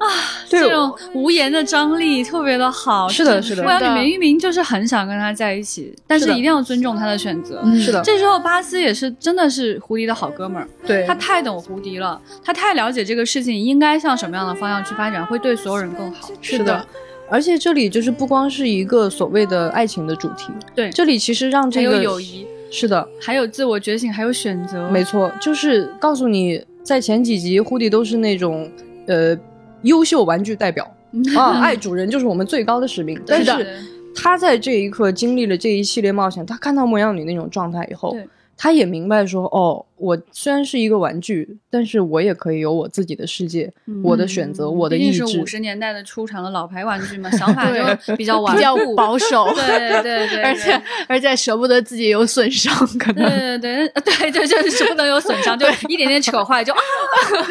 [SPEAKER 2] 对
[SPEAKER 1] 这种无言的张力特别的好。
[SPEAKER 2] 是的是的
[SPEAKER 1] 我要
[SPEAKER 3] 是的
[SPEAKER 1] 明明明就是很想跟他在一起，但是
[SPEAKER 2] 是的
[SPEAKER 1] 一定要尊重他的选择。
[SPEAKER 3] 嗯
[SPEAKER 2] 是的，
[SPEAKER 1] 这时候巴斯也是真的是胡迪的好哥们儿，
[SPEAKER 2] 对
[SPEAKER 1] 他太懂胡迪了，他太了解这个事情应该向什么样的方向去发展，会对所有人更好。
[SPEAKER 2] 是的。而且这里就是不光是一个所谓的爱情的主题，
[SPEAKER 1] 对
[SPEAKER 2] 这里其实让
[SPEAKER 1] 还
[SPEAKER 2] 这
[SPEAKER 1] 有
[SPEAKER 2] 个
[SPEAKER 1] 友谊，
[SPEAKER 2] 是的，
[SPEAKER 1] 还有自我觉醒，还有选择。 (laughs)
[SPEAKER 2] 没错，就是告诉你，在前几集，胡迪都是那种呃优秀玩
[SPEAKER 1] (laughs)
[SPEAKER 2] 具代表啊，爱主人就是我们最高的使命。但
[SPEAKER 3] 是的
[SPEAKER 2] 是他在这一刻经历了这一系列冒险，他看到魔药女那种状态以后
[SPEAKER 1] 对，
[SPEAKER 2] 他也明白说，哦，我虽然是一个玩具，但是我也可以有我自己的世界，我的选择，我的
[SPEAKER 1] 嗯毕
[SPEAKER 2] 意
[SPEAKER 1] 竟是
[SPEAKER 2] 志嗯
[SPEAKER 1] 五。十年代的出厂的老牌玩具嘛，想
[SPEAKER 2] (laughs)
[SPEAKER 1] 法就
[SPEAKER 3] 对
[SPEAKER 1] 比较顽
[SPEAKER 3] 比较
[SPEAKER 1] 固，
[SPEAKER 3] 保守，
[SPEAKER 1] 对对对对，
[SPEAKER 3] (laughs) 而且而且舍不得自己有损伤，可
[SPEAKER 1] (laughs)
[SPEAKER 3] 能
[SPEAKER 1] 对对对对对，就是不能有损伤，就一点点扯坏就啊，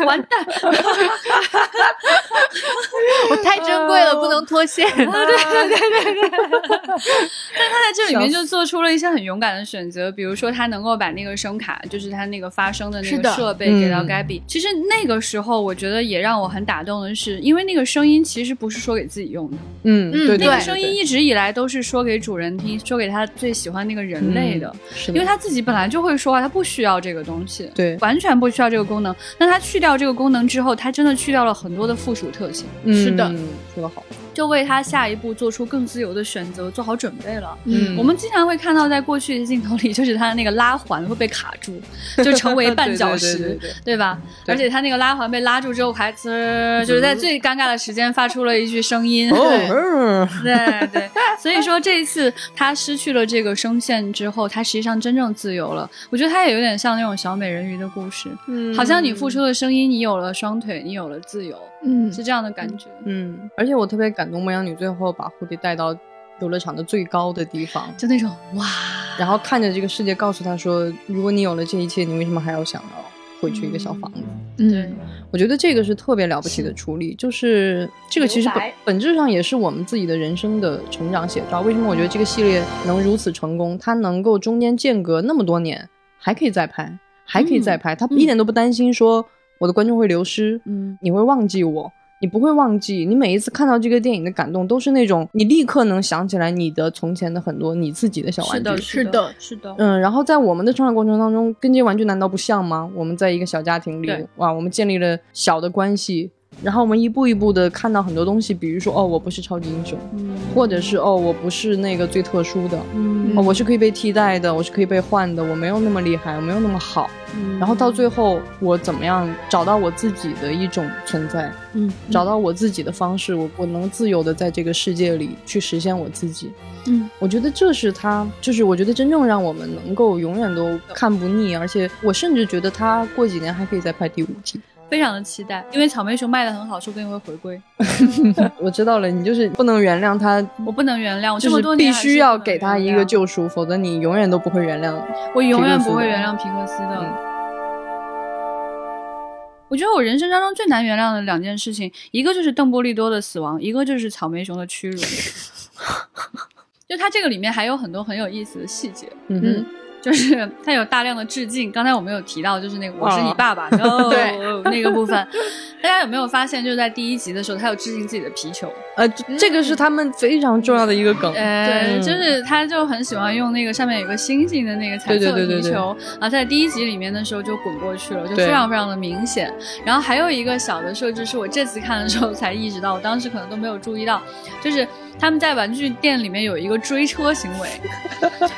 [SPEAKER 1] 完蛋，
[SPEAKER 3] 我太珍贵了，
[SPEAKER 2] 哦
[SPEAKER 3] 不能脱线。
[SPEAKER 1] 他在这里面就做出了一些很勇敢的选择，比如说他能够把那个声卡，就是他那个发声的那
[SPEAKER 3] 是
[SPEAKER 1] 个
[SPEAKER 3] 的
[SPEAKER 1] 设备给到
[SPEAKER 2] 嗯
[SPEAKER 1] Gabby。其实那个时候，我觉得也让我很打动的是，因为那个声音其实不是说给自己用的，
[SPEAKER 2] 嗯，
[SPEAKER 3] 嗯
[SPEAKER 2] 对
[SPEAKER 3] 那
[SPEAKER 1] 那个
[SPEAKER 2] 对，
[SPEAKER 1] 声音一直以来都是说给主人听，说给他最喜欢那个人类的，
[SPEAKER 2] 是的
[SPEAKER 1] 因为他自己本来就会说话，他不需要这个东西。
[SPEAKER 2] 对，
[SPEAKER 1] 完全不需要这个功能，那他去掉这个功能之后，他真的去掉了很多的附属特性，
[SPEAKER 3] 是的
[SPEAKER 2] 嗯，说的好，
[SPEAKER 1] 就为他下一步做出更自由的选择做好准备了。
[SPEAKER 2] 嗯
[SPEAKER 1] 我们经常会看到，在过去的镜头里，就是他的那个拉环会被卡住，就成为绊脚石，
[SPEAKER 2] 嗯 (laughs) 对对对
[SPEAKER 1] (laughs)
[SPEAKER 2] 对对
[SPEAKER 1] 对吧？
[SPEAKER 2] 对
[SPEAKER 1] 而且他那个拉环被拉住之后，还呲儿，就是在最尴尬的时间发出了一句声音。
[SPEAKER 3] 对
[SPEAKER 2] 哦，嗯
[SPEAKER 1] (laughs) 对对，所以说这一次他失去了这个声线之后，他实际上真正自由了。我觉得他也有点像那种小美人鱼的故事，
[SPEAKER 2] 嗯
[SPEAKER 1] 好像你付出了声音，你有了双腿，你有了自由，
[SPEAKER 3] 嗯
[SPEAKER 1] 是这样的感觉。
[SPEAKER 2] 嗯，而且我特别感动，牧羊女最后把蝴蝶带到游乐场的最高的地方，
[SPEAKER 1] 就那种哇，
[SPEAKER 2] 然后看着这个世界，告诉她说：“如果你有了这一切，你为什么还要想要回去一个小房子
[SPEAKER 1] 对
[SPEAKER 3] 嗯，？”
[SPEAKER 2] 我觉得这个是特别了不起的处理，就是这个其实
[SPEAKER 1] 留
[SPEAKER 2] 本
[SPEAKER 1] 白
[SPEAKER 2] 本质上也是我们自己的人生的成长写照。为什么我觉得这个系列能如此成功？它能够中间间隔那么多年，还可以再拍，还可以再拍，它一点都不担心说我的观众会流失，
[SPEAKER 1] 嗯，
[SPEAKER 2] 你会忘记我，你不会忘记。你每一次看到这个电影的感动，都是那种你立刻能想起来你的从前的很多啊你自己的小
[SPEAKER 1] 是
[SPEAKER 2] 玩具
[SPEAKER 1] 的，。
[SPEAKER 3] 是的
[SPEAKER 1] 的，是的。
[SPEAKER 2] 嗯，然后在我们的成长过程当中，跟这些玩具难道不像吗？我们在一个小家庭里
[SPEAKER 1] 对，
[SPEAKER 2] 哇，我们建立了小的关系，然后我们一步一步的看到很多东西，比如说哦，我不是超级英雄，
[SPEAKER 1] 嗯
[SPEAKER 2] 或者是哦，我不是那个最特殊的，
[SPEAKER 1] 嗯
[SPEAKER 2] 哦，我是可以被替代的，我是可以被换的，我没有那么厉害，我没有那么好。然后到最后，我怎么样找到我自己的一种存在，
[SPEAKER 1] 嗯，
[SPEAKER 2] 找到我自己的方式，我我能自由的在这个世界里去实现我自己。
[SPEAKER 1] 嗯，
[SPEAKER 2] 我觉得这是他，就是我觉得真正让我们能够永远都看不腻，而且我甚至觉得他过几年还可以再拍第五季。
[SPEAKER 1] 非常的期待，因为草莓熊卖的很好，说不定会回归。
[SPEAKER 2] 我知道了，你就是不能原谅他。
[SPEAKER 1] 我不能原谅，我这
[SPEAKER 2] 就
[SPEAKER 1] 么
[SPEAKER 2] 是
[SPEAKER 1] 多年
[SPEAKER 2] 必
[SPEAKER 1] 还是
[SPEAKER 2] 须要
[SPEAKER 1] 不能
[SPEAKER 2] 给他
[SPEAKER 1] 原
[SPEAKER 2] 一个
[SPEAKER 1] 谅，
[SPEAKER 2] 救赎，否则你永远都不会原谅。
[SPEAKER 1] 我永远
[SPEAKER 2] 皮克斯
[SPEAKER 1] 不会
[SPEAKER 2] 的嗯
[SPEAKER 1] 原谅皮克斯的。我觉得我人生当中最难原谅的两件事情，一个就是邓布利多的死亡，一个就是草莓熊的屈辱。 (laughs) 就它这个里面还有很多很有意思的细节，
[SPEAKER 2] 嗯
[SPEAKER 3] 嗯
[SPEAKER 2] 哼，
[SPEAKER 1] 就是它有大量的致敬。刚才我们有提到，就是那个我是你
[SPEAKER 2] 啊
[SPEAKER 1] 爸爸，然
[SPEAKER 2] (laughs)
[SPEAKER 1] 后
[SPEAKER 3] 对
[SPEAKER 1] 那个部分，大家有没有发现？就是在第一集的时候，他有致敬自己的皮球。
[SPEAKER 2] 呃，这这个是他们非常重要的一个梗。
[SPEAKER 1] 呃，
[SPEAKER 2] 嗯
[SPEAKER 1] 就是他就很喜欢用那个上面有个星星的那个彩
[SPEAKER 2] 对
[SPEAKER 1] 色
[SPEAKER 2] 对对
[SPEAKER 1] 皮
[SPEAKER 2] 对对
[SPEAKER 1] 球啊，在第一集里面的时候就滚过去了，就
[SPEAKER 2] 对
[SPEAKER 1] 非常非常的明显。然后还有一个小的设置是我这次看的时候才意识到，我当时可能都没有注意到，就是他们在玩具店里面有一个追车行为，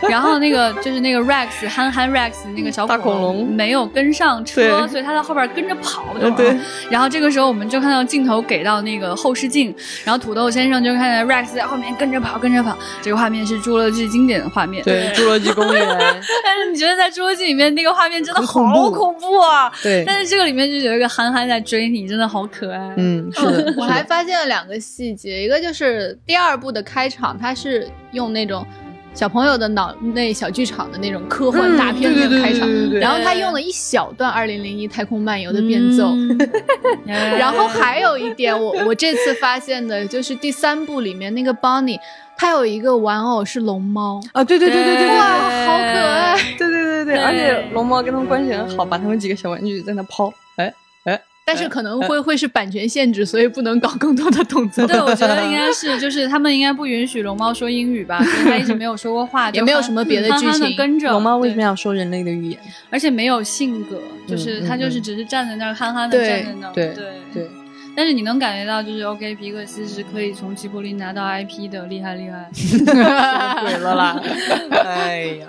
[SPEAKER 1] 然后那个就是那个 Rex 憨憨 Rex 那个小
[SPEAKER 2] 大恐龙
[SPEAKER 1] 没有跟上车，
[SPEAKER 2] 对
[SPEAKER 1] 所以他在后边跟着跑，
[SPEAKER 2] 呃对。
[SPEAKER 1] 然后这个时候我们就看到镜头给到那个后视镜，然后土豆先生就看见 Rex 在后面跟着跑，跟着跑。这个画面是《侏罗纪》经典的画面。
[SPEAKER 2] 对，侏罗纪公园，
[SPEAKER 1] (laughs) 但是你觉得在《侏罗纪》里面那个画面真的
[SPEAKER 2] 很
[SPEAKER 1] 好
[SPEAKER 2] 恐怖
[SPEAKER 1] 恐怖啊！
[SPEAKER 2] 对，
[SPEAKER 1] 但是这个里面就有一个憨憨在追你，真的好可爱。
[SPEAKER 2] 嗯，是的，
[SPEAKER 3] 我
[SPEAKER 2] 是的
[SPEAKER 3] 还发现了两个细节，一个就是第二部的开场，它是用那种小朋友的脑内小剧场的那种科幻大片的那种开场，
[SPEAKER 2] 嗯对
[SPEAKER 3] 然后他用了一小段《2001太空漫游》的变奏。
[SPEAKER 2] (laughs)
[SPEAKER 1] 嗯，然
[SPEAKER 3] 然后还有一点，我我这次发现的就是第三部里面那个 Bonnie，她有一个玩偶是龙猫，
[SPEAKER 2] 啊，对对对对对对
[SPEAKER 3] 哇，好可爱！
[SPEAKER 2] 对对对对对，
[SPEAKER 1] 对
[SPEAKER 2] 而且龙猫跟他们关系很好，把他们几个小玩具在那抛，哎哎，
[SPEAKER 3] 但是可能会会是版权限制，所以不能搞更多的动作。
[SPEAKER 1] 对，我觉得应该是，就是他们应该不允许龙猫说英语吧，所以他一直没有说过
[SPEAKER 2] (laughs)
[SPEAKER 1] 话，
[SPEAKER 3] 也没有什么别的剧
[SPEAKER 1] 的
[SPEAKER 3] 情
[SPEAKER 1] 跟着
[SPEAKER 2] 龙猫为什么
[SPEAKER 1] 对
[SPEAKER 2] 要说人类的语言？
[SPEAKER 1] 而且没有性格，就是
[SPEAKER 2] 嗯
[SPEAKER 1] 他
[SPEAKER 2] 嗯
[SPEAKER 1] 就是
[SPEAKER 2] 嗯
[SPEAKER 1] 只是站在那儿憨憨的
[SPEAKER 3] 对
[SPEAKER 1] 站在那儿，
[SPEAKER 2] 对
[SPEAKER 1] 对
[SPEAKER 2] 对。
[SPEAKER 1] 但是你能感觉到，就是 OK，皮克斯是可以从吉卜力拿到 IP 的，厉害厉害。 (laughs)
[SPEAKER 2] 鬼了啦！哎呀，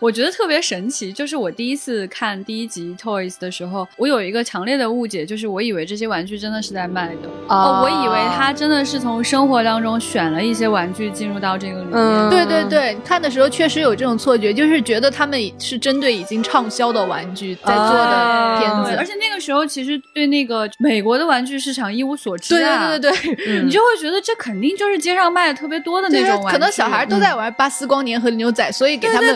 [SPEAKER 1] 我觉得特别神奇，就是我第一次看第一集 Toys 的时候，我有一个强烈的误解，就是我以为这些玩具真的是在卖的，
[SPEAKER 2] 啊
[SPEAKER 1] 哦，
[SPEAKER 3] 啊
[SPEAKER 1] 我以为他真的是从生活当中选了一些玩具进入到这个里面。
[SPEAKER 2] 嗯
[SPEAKER 3] 对对对，看的时候确实有这种错觉，就是觉得他们是针对已经畅销的玩具在做的
[SPEAKER 2] 啊
[SPEAKER 3] 片
[SPEAKER 1] 对
[SPEAKER 3] 子，
[SPEAKER 1] 而且那个时候其实对那个美国的玩具市场一无所知、啊，
[SPEAKER 3] 对对对对。
[SPEAKER 2] 嗯
[SPEAKER 1] 你就会觉得这肯定就是街上卖的特别多的那
[SPEAKER 3] 对
[SPEAKER 1] 种玩具，
[SPEAKER 3] 可能小孩都在玩《巴斯光年》和《牛仔》，所以给他们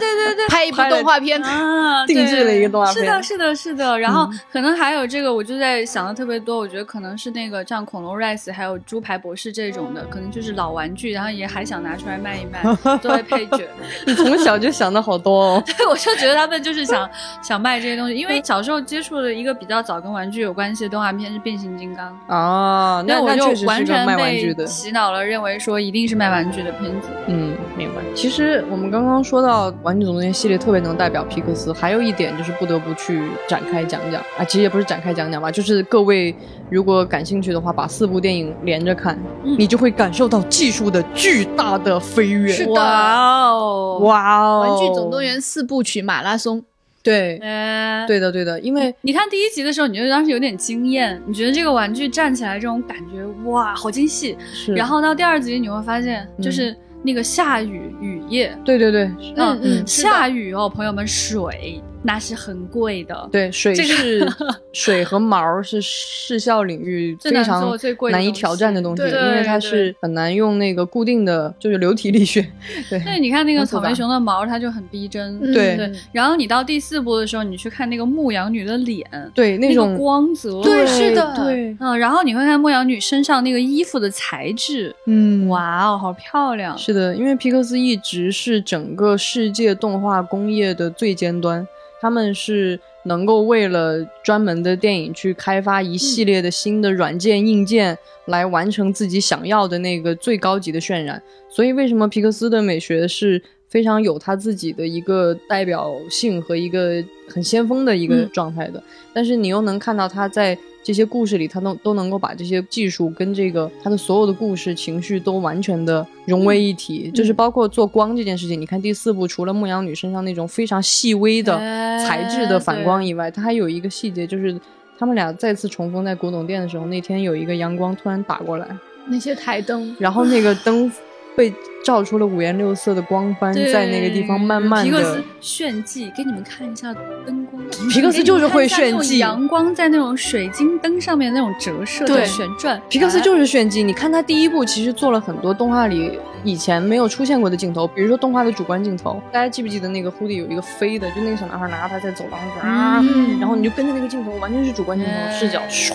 [SPEAKER 3] 拍一部动画片。
[SPEAKER 1] 啊，
[SPEAKER 2] (laughs) 定制了一个动画
[SPEAKER 1] 对
[SPEAKER 2] 片嗯
[SPEAKER 1] 是的，是的，是的。然后可能还有这个，我就在想的特别多。我觉得可能是那个像恐龙 rice 还有猪排博士这种的，可能就是老玩具，然后也还想拿出来卖一卖作为配
[SPEAKER 2] (laughs)
[SPEAKER 1] 角。 (laughs)
[SPEAKER 2] 你从小就想的好多哦。
[SPEAKER 1] 对，我就觉得他们就是想想卖这些东西，因为小时候接触的一个比较早跟玩具有关系的动画片是变形金刚。
[SPEAKER 2] 啊，
[SPEAKER 1] 那
[SPEAKER 2] 那
[SPEAKER 1] 我
[SPEAKER 2] 那确
[SPEAKER 1] 就
[SPEAKER 2] 实
[SPEAKER 1] 完
[SPEAKER 2] 是个
[SPEAKER 1] 全
[SPEAKER 2] 卖玩具
[SPEAKER 1] 被
[SPEAKER 2] 的。
[SPEAKER 1] 洗脑了，认为说一定是卖玩具的片子。
[SPEAKER 2] 嗯，明白。其实我们刚刚说到《玩具总动员》系列特别能代表皮克斯，还有一点就是不得不去展开讲讲啊，其实也不是展开讲讲吧，就是各位如果感兴趣的话，把四部电影连着看，
[SPEAKER 1] 嗯
[SPEAKER 2] 你就会感受到技术的巨大的飞跃。
[SPEAKER 3] 是的
[SPEAKER 1] 哇哦，
[SPEAKER 2] 哇哦！
[SPEAKER 3] 玩具总动员》啊四部曲马拉松，
[SPEAKER 2] 对
[SPEAKER 1] 哎
[SPEAKER 2] 对的对的，因为
[SPEAKER 1] 你看第一集的时候，你就当时有点惊艳，你觉得这个玩具站起来这种感觉，哇，好精细。
[SPEAKER 3] 嗯
[SPEAKER 2] 是
[SPEAKER 1] 然后到第二集，你会发现，
[SPEAKER 2] 嗯
[SPEAKER 1] 就是那个下雨雨夜，
[SPEAKER 2] 对对对
[SPEAKER 1] 啊
[SPEAKER 3] 嗯嗯是的
[SPEAKER 1] 下雨哦，朋友们，水那是很贵的，
[SPEAKER 2] 对，水
[SPEAKER 1] 这个 (laughs)
[SPEAKER 2] 是水和毛是视效领域
[SPEAKER 1] 最
[SPEAKER 2] 非
[SPEAKER 1] 难
[SPEAKER 2] 常
[SPEAKER 1] 做最贵的
[SPEAKER 2] 难以
[SPEAKER 1] 东西
[SPEAKER 2] 挑战的东西，
[SPEAKER 3] 对
[SPEAKER 2] 因为它
[SPEAKER 1] 对
[SPEAKER 2] 是很难用那个固定的，就是流体力学。对
[SPEAKER 1] 对，你看那个
[SPEAKER 2] 很复
[SPEAKER 1] 草
[SPEAKER 2] 杂
[SPEAKER 1] 莓熊的毛，它就很逼真。
[SPEAKER 3] 嗯
[SPEAKER 2] 对
[SPEAKER 1] 对，然后你到第四部的时候，你去看那个牧羊女的脸，
[SPEAKER 2] 对，
[SPEAKER 1] 那
[SPEAKER 2] 那种
[SPEAKER 1] 个光泽，
[SPEAKER 3] 对是的
[SPEAKER 2] 对，
[SPEAKER 1] 嗯，然后你会看牧羊女身上那个衣服的材质，
[SPEAKER 2] 嗯，
[SPEAKER 1] 哇哦，好漂亮！
[SPEAKER 2] 是的，因为皮克斯一直是整个世界动画工业的最尖端，他们是能够为了专门的电影去开发一
[SPEAKER 1] 嗯
[SPEAKER 2] 系列的新的软件、硬件，来完成自己想要的那个最高级的渲染。所以，为什么皮克斯的美学是非常有他自己的一个代表性和一个很先锋的一个
[SPEAKER 1] 嗯
[SPEAKER 2] 状态的？但是你又能看到他在这些故事里，他都都能够把这些技术跟这个他的所有的故事情绪都完全的融为一
[SPEAKER 1] 嗯
[SPEAKER 2] 体，就是包括做光这件事情。你看第四部，除了牧羊女身上那种非常细微的
[SPEAKER 1] 哎
[SPEAKER 2] 材质的反
[SPEAKER 1] 对
[SPEAKER 3] 哦
[SPEAKER 2] 光以外，它还有一个细节就是。他们俩再次重逢在古董店的时候，那天有一个阳光突然打过来，
[SPEAKER 3] 那些台灯，
[SPEAKER 1] (laughs)
[SPEAKER 2] 然后那个灯被照出了五颜六色的光斑，
[SPEAKER 1] 对
[SPEAKER 2] 在那个地方慢慢
[SPEAKER 1] 皮克
[SPEAKER 2] 的
[SPEAKER 1] 斯，炫技，给你们看一下灯光。啊
[SPEAKER 2] 皮克斯就是会炫技
[SPEAKER 1] 给你们看一下那种阳光在那种水晶灯上面那种折射
[SPEAKER 3] 对
[SPEAKER 1] 的旋转。
[SPEAKER 2] 皮克斯就是炫技。你看他第一部其实做了很多动画里以前没有出现过的镜头，比如说动画的主观镜头。大家记不记得那个 Hoodie 有一个飞的，就那个小男孩拿着它在走廊上啊，
[SPEAKER 1] 嗯
[SPEAKER 2] 然后你就跟着那个镜头，完全是主观镜头
[SPEAKER 1] 哎
[SPEAKER 2] 视角，唰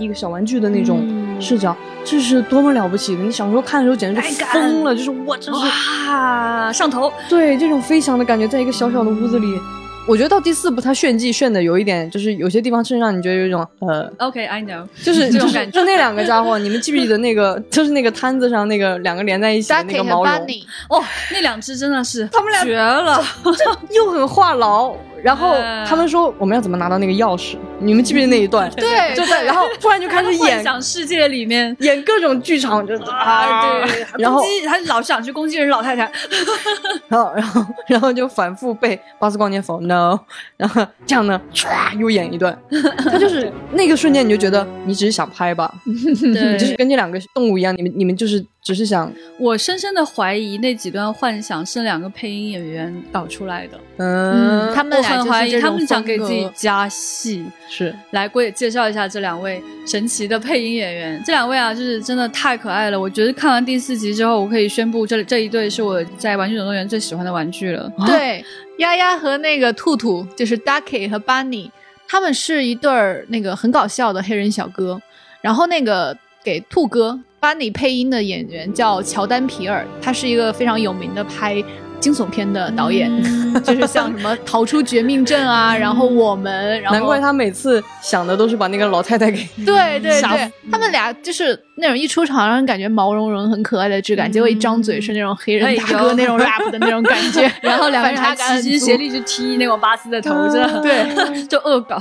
[SPEAKER 2] 一个小玩具的那种
[SPEAKER 1] 嗯哎
[SPEAKER 2] 视角，这是多么了不起的！你小时候看的时候简直就
[SPEAKER 1] 百感哦
[SPEAKER 2] 疯了，就是我这是
[SPEAKER 1] 哇，上头！
[SPEAKER 2] 对这种飞翔的感觉，在一个小小的屋子里，我觉得到第四部他炫技炫的有一点，就是有些地方甚至让你觉得有一种呃，
[SPEAKER 1] OK，I、know，
[SPEAKER 2] (laughs) 就是
[SPEAKER 1] 这
[SPEAKER 2] 就
[SPEAKER 1] 种
[SPEAKER 2] 是
[SPEAKER 1] 感觉。
[SPEAKER 2] 就那两个家伙，你们记不记得那个就是那个摊子上那个两个连在一起的那
[SPEAKER 3] Ducky
[SPEAKER 2] 个
[SPEAKER 3] 和
[SPEAKER 2] 毛绒，
[SPEAKER 3] Bunny，
[SPEAKER 1] 哦，那两只真的是他们俩绝了，
[SPEAKER 2] 又很话痨。然后
[SPEAKER 1] 哎
[SPEAKER 2] 他们说我们要怎么拿到那个钥匙，你们记不记得那一段？
[SPEAKER 3] 对，
[SPEAKER 2] 就在然后突然就开始
[SPEAKER 1] 幻 (laughs)
[SPEAKER 2] 演
[SPEAKER 1] 想世界里
[SPEAKER 2] (laughs)
[SPEAKER 1] 面。
[SPEAKER 2] 演各种剧场，就
[SPEAKER 1] 啊，对，
[SPEAKER 2] 然后
[SPEAKER 1] 攻击他老想去攻击人老太太，
[SPEAKER 2] 然后，然后，然后就反复背《巴斯光年否 No，然后这样呢，唰又演一段。 (laughs) 他就是那个瞬间，你就觉得你只是想拍吧，
[SPEAKER 1] 对
[SPEAKER 2] 你 (laughs) 就是跟这两个动物一样，你们你们就是只是想，
[SPEAKER 1] 我深深的怀疑那几段幻想是两个配音演员搞出来的，
[SPEAKER 2] 嗯，
[SPEAKER 3] 他们
[SPEAKER 1] 我
[SPEAKER 3] 俩
[SPEAKER 1] 很
[SPEAKER 3] 就
[SPEAKER 1] 怀
[SPEAKER 3] 是
[SPEAKER 1] 疑
[SPEAKER 3] 这
[SPEAKER 1] 他
[SPEAKER 3] 种
[SPEAKER 1] 们想
[SPEAKER 3] 风
[SPEAKER 1] 给自己
[SPEAKER 3] 格。
[SPEAKER 1] 加戏。
[SPEAKER 2] 是
[SPEAKER 1] 来为介绍一下这两位神奇的配音演员，这两位啊，就是真的太可爱了。我觉得看完第四集之后，我可以宣布这这一对是我在《玩具总动员》最喜欢的玩具 (laughs) 了。
[SPEAKER 3] 对，丫丫和那个兔兔，就是 Ducky 和 Bunny，他们是一对儿那个很搞笑的黑人小哥。然后那个给兔哥 Bunny 配音的演员叫乔丹皮尔，他是一个非常有名的拍惊悚片的导演， (laughs) 就是像什么《逃出绝命镇》啊，然后我们，然后
[SPEAKER 2] 难怪他每次想的都是把那个老太太给
[SPEAKER 3] 对对
[SPEAKER 2] 吓
[SPEAKER 3] 对，他们俩就是那种一出场让人感觉毛茸茸很可爱的质感，结果一张嘴是那种黑人大哥
[SPEAKER 1] 哎呦
[SPEAKER 3] 那种 rap 的那种感觉，
[SPEAKER 1] 然后两个人还
[SPEAKER 3] 反差感
[SPEAKER 1] 齐心协力去踢那个巴斯的头，真的嗯对， (laughs) 就恶搞。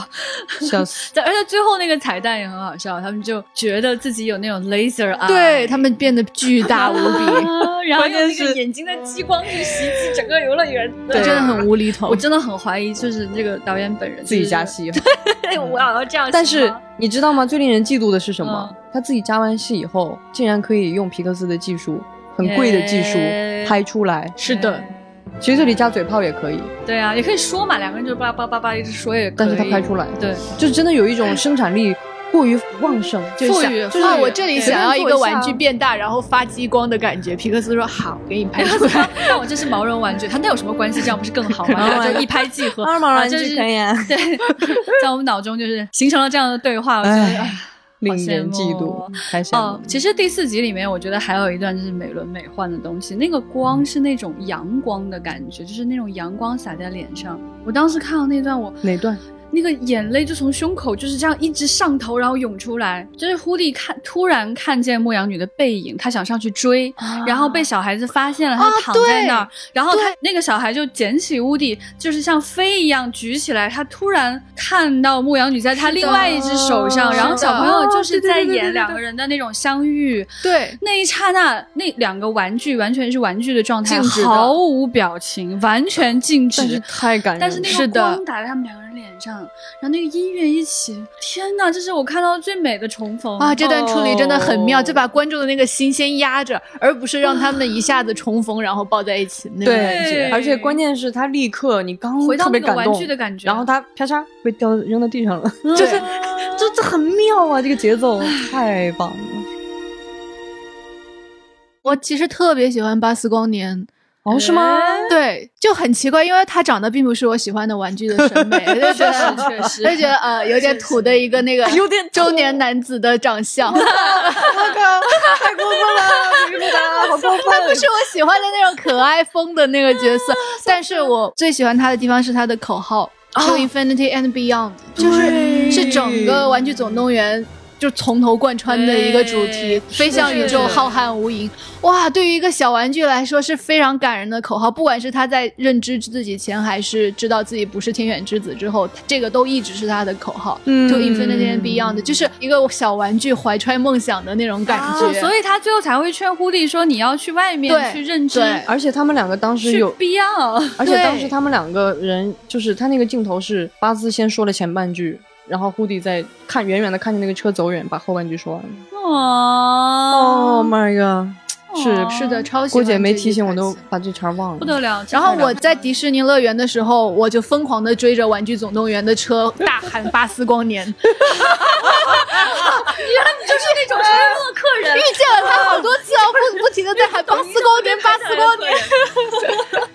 [SPEAKER 2] 笑死。
[SPEAKER 1] 而且最后那个彩蛋也很好笑，他们就觉得自己有那种 laser
[SPEAKER 3] 很
[SPEAKER 1] 啊，
[SPEAKER 3] 足，对他们变得巨大无 (laughs) 比，
[SPEAKER 1] 啊， (laughs) 然后
[SPEAKER 2] 关键
[SPEAKER 1] 用那个
[SPEAKER 2] 是
[SPEAKER 1] 眼睛的激光去袭击整个游乐园，
[SPEAKER 3] 真的很无厘头
[SPEAKER 1] 我。真的很怀疑，就是这个导演本人
[SPEAKER 2] 自己加
[SPEAKER 1] 家，
[SPEAKER 2] 戏，
[SPEAKER 1] 对，我要这样。
[SPEAKER 2] 但是你知道吗？最令人嫉妒的是什么
[SPEAKER 1] 嗯？
[SPEAKER 2] 他自己加完戏以后，竟然可以用皮克斯的技术，很贵的技术
[SPEAKER 1] 耶
[SPEAKER 2] 拍出来。
[SPEAKER 3] 是的，
[SPEAKER 2] 其实这里加嘴炮也可以，
[SPEAKER 1] 哎对啊，也可以说嘛，两个人就叭叭叭叭一直说也可以，
[SPEAKER 2] 但是他拍出来，
[SPEAKER 1] 对，
[SPEAKER 2] 就真的有一种生产力过于旺盛，就
[SPEAKER 1] 富
[SPEAKER 2] 想
[SPEAKER 1] 裕
[SPEAKER 2] 就是
[SPEAKER 3] 啊，我这里
[SPEAKER 1] 对
[SPEAKER 3] 想要一个玩具
[SPEAKER 2] 随便做一下
[SPEAKER 3] 变大，然后发激光的感觉。皮克斯说：“好，给你拍
[SPEAKER 1] 哎，他
[SPEAKER 3] 出
[SPEAKER 1] 说
[SPEAKER 3] 来。
[SPEAKER 1] 那我这是毛绒玩具，他那有什么关系？这样不是更好吗？
[SPEAKER 2] (laughs) 毛绒玩具
[SPEAKER 1] 就一拍即合，
[SPEAKER 2] 二毛
[SPEAKER 1] 啊
[SPEAKER 2] 玩
[SPEAKER 1] 就
[SPEAKER 2] 具
[SPEAKER 1] 是
[SPEAKER 2] 可以啊，
[SPEAKER 1] 对， (laughs) 在我们脑中就是形成了这样的对话，我觉得。
[SPEAKER 2] 唉
[SPEAKER 1] 唉
[SPEAKER 2] 令
[SPEAKER 1] 羡
[SPEAKER 2] 人嫉
[SPEAKER 1] 慕
[SPEAKER 2] 妒，太羡慕
[SPEAKER 1] 哦
[SPEAKER 2] 了。，
[SPEAKER 1] 其实第四集里面，我觉得还有一段就是美轮美奂的东西，那个光是那种阳光的感觉，就是那种阳光洒在脸上。我当时看到那段，我
[SPEAKER 2] 哪段？
[SPEAKER 1] 那个眼泪就从胸口就是这样一直上头，然后涌出来。就是狐狸看突然看见牧羊女的背影，他想上去追，
[SPEAKER 2] 啊
[SPEAKER 1] 然后被小孩子发现了，他就躺在那儿，然后他那个小孩就捡起乌迪，就是像飞一样举起来。他突然看到牧羊女在他另外一只手上，
[SPEAKER 3] 是的
[SPEAKER 1] 然后小朋友就
[SPEAKER 2] 哦
[SPEAKER 1] 是
[SPEAKER 2] 对对
[SPEAKER 1] 在
[SPEAKER 2] 对对对对
[SPEAKER 1] 演
[SPEAKER 2] 对
[SPEAKER 1] 两个人的那种相遇。”
[SPEAKER 3] (laughs) 对，
[SPEAKER 1] 那一刹那，那两个玩具完全是玩具的状态，
[SPEAKER 3] 静止的
[SPEAKER 1] 毫无表情，完全静
[SPEAKER 2] 但是
[SPEAKER 1] 止。
[SPEAKER 2] 太感人了，
[SPEAKER 1] 但是那个
[SPEAKER 3] 是的
[SPEAKER 1] 光打在他们两个人脸上，然后那个音乐一起，天呐，这是我看到最美的重逢
[SPEAKER 3] 啊，！这段处理真的很妙，
[SPEAKER 2] 哦
[SPEAKER 3] 就把观众的那个心先压着，而不是让他们一下子重逢，然后抱在一起那种感
[SPEAKER 2] 对
[SPEAKER 1] 对，
[SPEAKER 3] 觉。
[SPEAKER 2] 而且关键是他立刻你刚
[SPEAKER 1] 回到
[SPEAKER 2] 特
[SPEAKER 1] 那
[SPEAKER 2] 别
[SPEAKER 1] 个
[SPEAKER 2] 感
[SPEAKER 1] 玩
[SPEAKER 2] 动
[SPEAKER 1] 具，的感觉，
[SPEAKER 2] 然后他啪嚓被掉扔到地
[SPEAKER 1] (laughs)
[SPEAKER 2] 上了，
[SPEAKER 1] 嗯
[SPEAKER 2] 就是这这很妙啊，这个节奏太棒了。
[SPEAKER 3] 我其实特别喜欢巴斯光年，
[SPEAKER 2] 哦，是吗？
[SPEAKER 1] 哎
[SPEAKER 3] 对，就很奇怪，因为他长得并不是我喜欢的玩具的审 (laughs) 美，就觉
[SPEAKER 1] 确实
[SPEAKER 3] 得
[SPEAKER 1] 确实，
[SPEAKER 3] 就觉得呃有点土的一个那个
[SPEAKER 2] 有点土
[SPEAKER 3] 中年男子的长相，
[SPEAKER 2] 我靠，太过分了，这个渣，好
[SPEAKER 1] (laughs)
[SPEAKER 2] 过
[SPEAKER 3] 他不是我喜欢的那种可爱风的那个角色，但是我最喜欢他的地方是他的口号
[SPEAKER 2] 哦
[SPEAKER 3] “To Infinity and Beyond”，就是
[SPEAKER 2] 对
[SPEAKER 3] 是整个《玩具总动员》就从头贯穿的一个主
[SPEAKER 1] 对，
[SPEAKER 3] 题飞向宇宙，
[SPEAKER 1] 是
[SPEAKER 3] 浩瀚无垠。哇，对于一个小玩具来说是非常感人的口号，不管是他在认知自己前，还是知道自己不是天选之子之后，这个都一直是他的口号。
[SPEAKER 2] 嗯
[SPEAKER 3] To infinity and beyond，就是一个小玩具怀揣梦想的那种感觉，
[SPEAKER 1] 啊所以他最后才会劝狐狸说你要去外面
[SPEAKER 3] 对
[SPEAKER 1] 去认知，
[SPEAKER 3] 对
[SPEAKER 2] 而且他们两个当时
[SPEAKER 1] 去
[SPEAKER 2] 有，
[SPEAKER 1] 必要。
[SPEAKER 3] (laughs)
[SPEAKER 2] 而且当
[SPEAKER 3] 对
[SPEAKER 2] 时他们两个人就是他那个镜头是巴兹先说了前半句，然后胡迪在看远远的看着那个车走远，把后半句说完了。
[SPEAKER 1] 哦
[SPEAKER 2] Oh my god！
[SPEAKER 1] 哦
[SPEAKER 2] 是
[SPEAKER 3] 哦是的，超喜
[SPEAKER 2] 郭
[SPEAKER 3] 欢
[SPEAKER 2] 姐没
[SPEAKER 3] 这一
[SPEAKER 2] 提醒，我
[SPEAKER 3] 台词
[SPEAKER 2] 都把这茬忘
[SPEAKER 1] 不
[SPEAKER 2] 了。
[SPEAKER 1] 得了。
[SPEAKER 3] 然后我在迪士尼乐园的时候，我就疯狂的追着《玩具总动员》的车，大喊“巴斯光年”，遇
[SPEAKER 1] 就是那种沉默客
[SPEAKER 3] (laughs)
[SPEAKER 1] 人，啊
[SPEAKER 3] 见了他好多次啊，不不停的在喊“巴斯光年，巴斯光年”。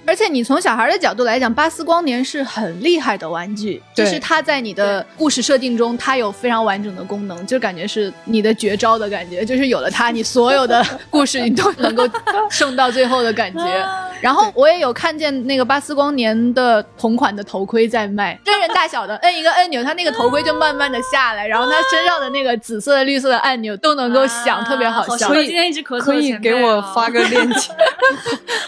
[SPEAKER 3] 而且你从小孩的角度来讲，巴斯光年是很厉害的玩具，就
[SPEAKER 2] 对
[SPEAKER 3] 是它在你的故事设定中，它有非常完整的功能，就感觉是你的绝招的感觉，就是有了它，你所有的故事你都能够胜到最后的感觉。然后我也有看见那个巴斯光年的同款的头盔在卖，真人大小的，摁一个按钮，它那个头盔就慢慢的下来，然后它身上的那个紫色的、绿色的按钮都能够响，特别好笑。
[SPEAKER 1] 所以今天一直咳嗽的
[SPEAKER 2] 可以
[SPEAKER 1] 前辈
[SPEAKER 2] 给我
[SPEAKER 1] 啊
[SPEAKER 2] 发个链接，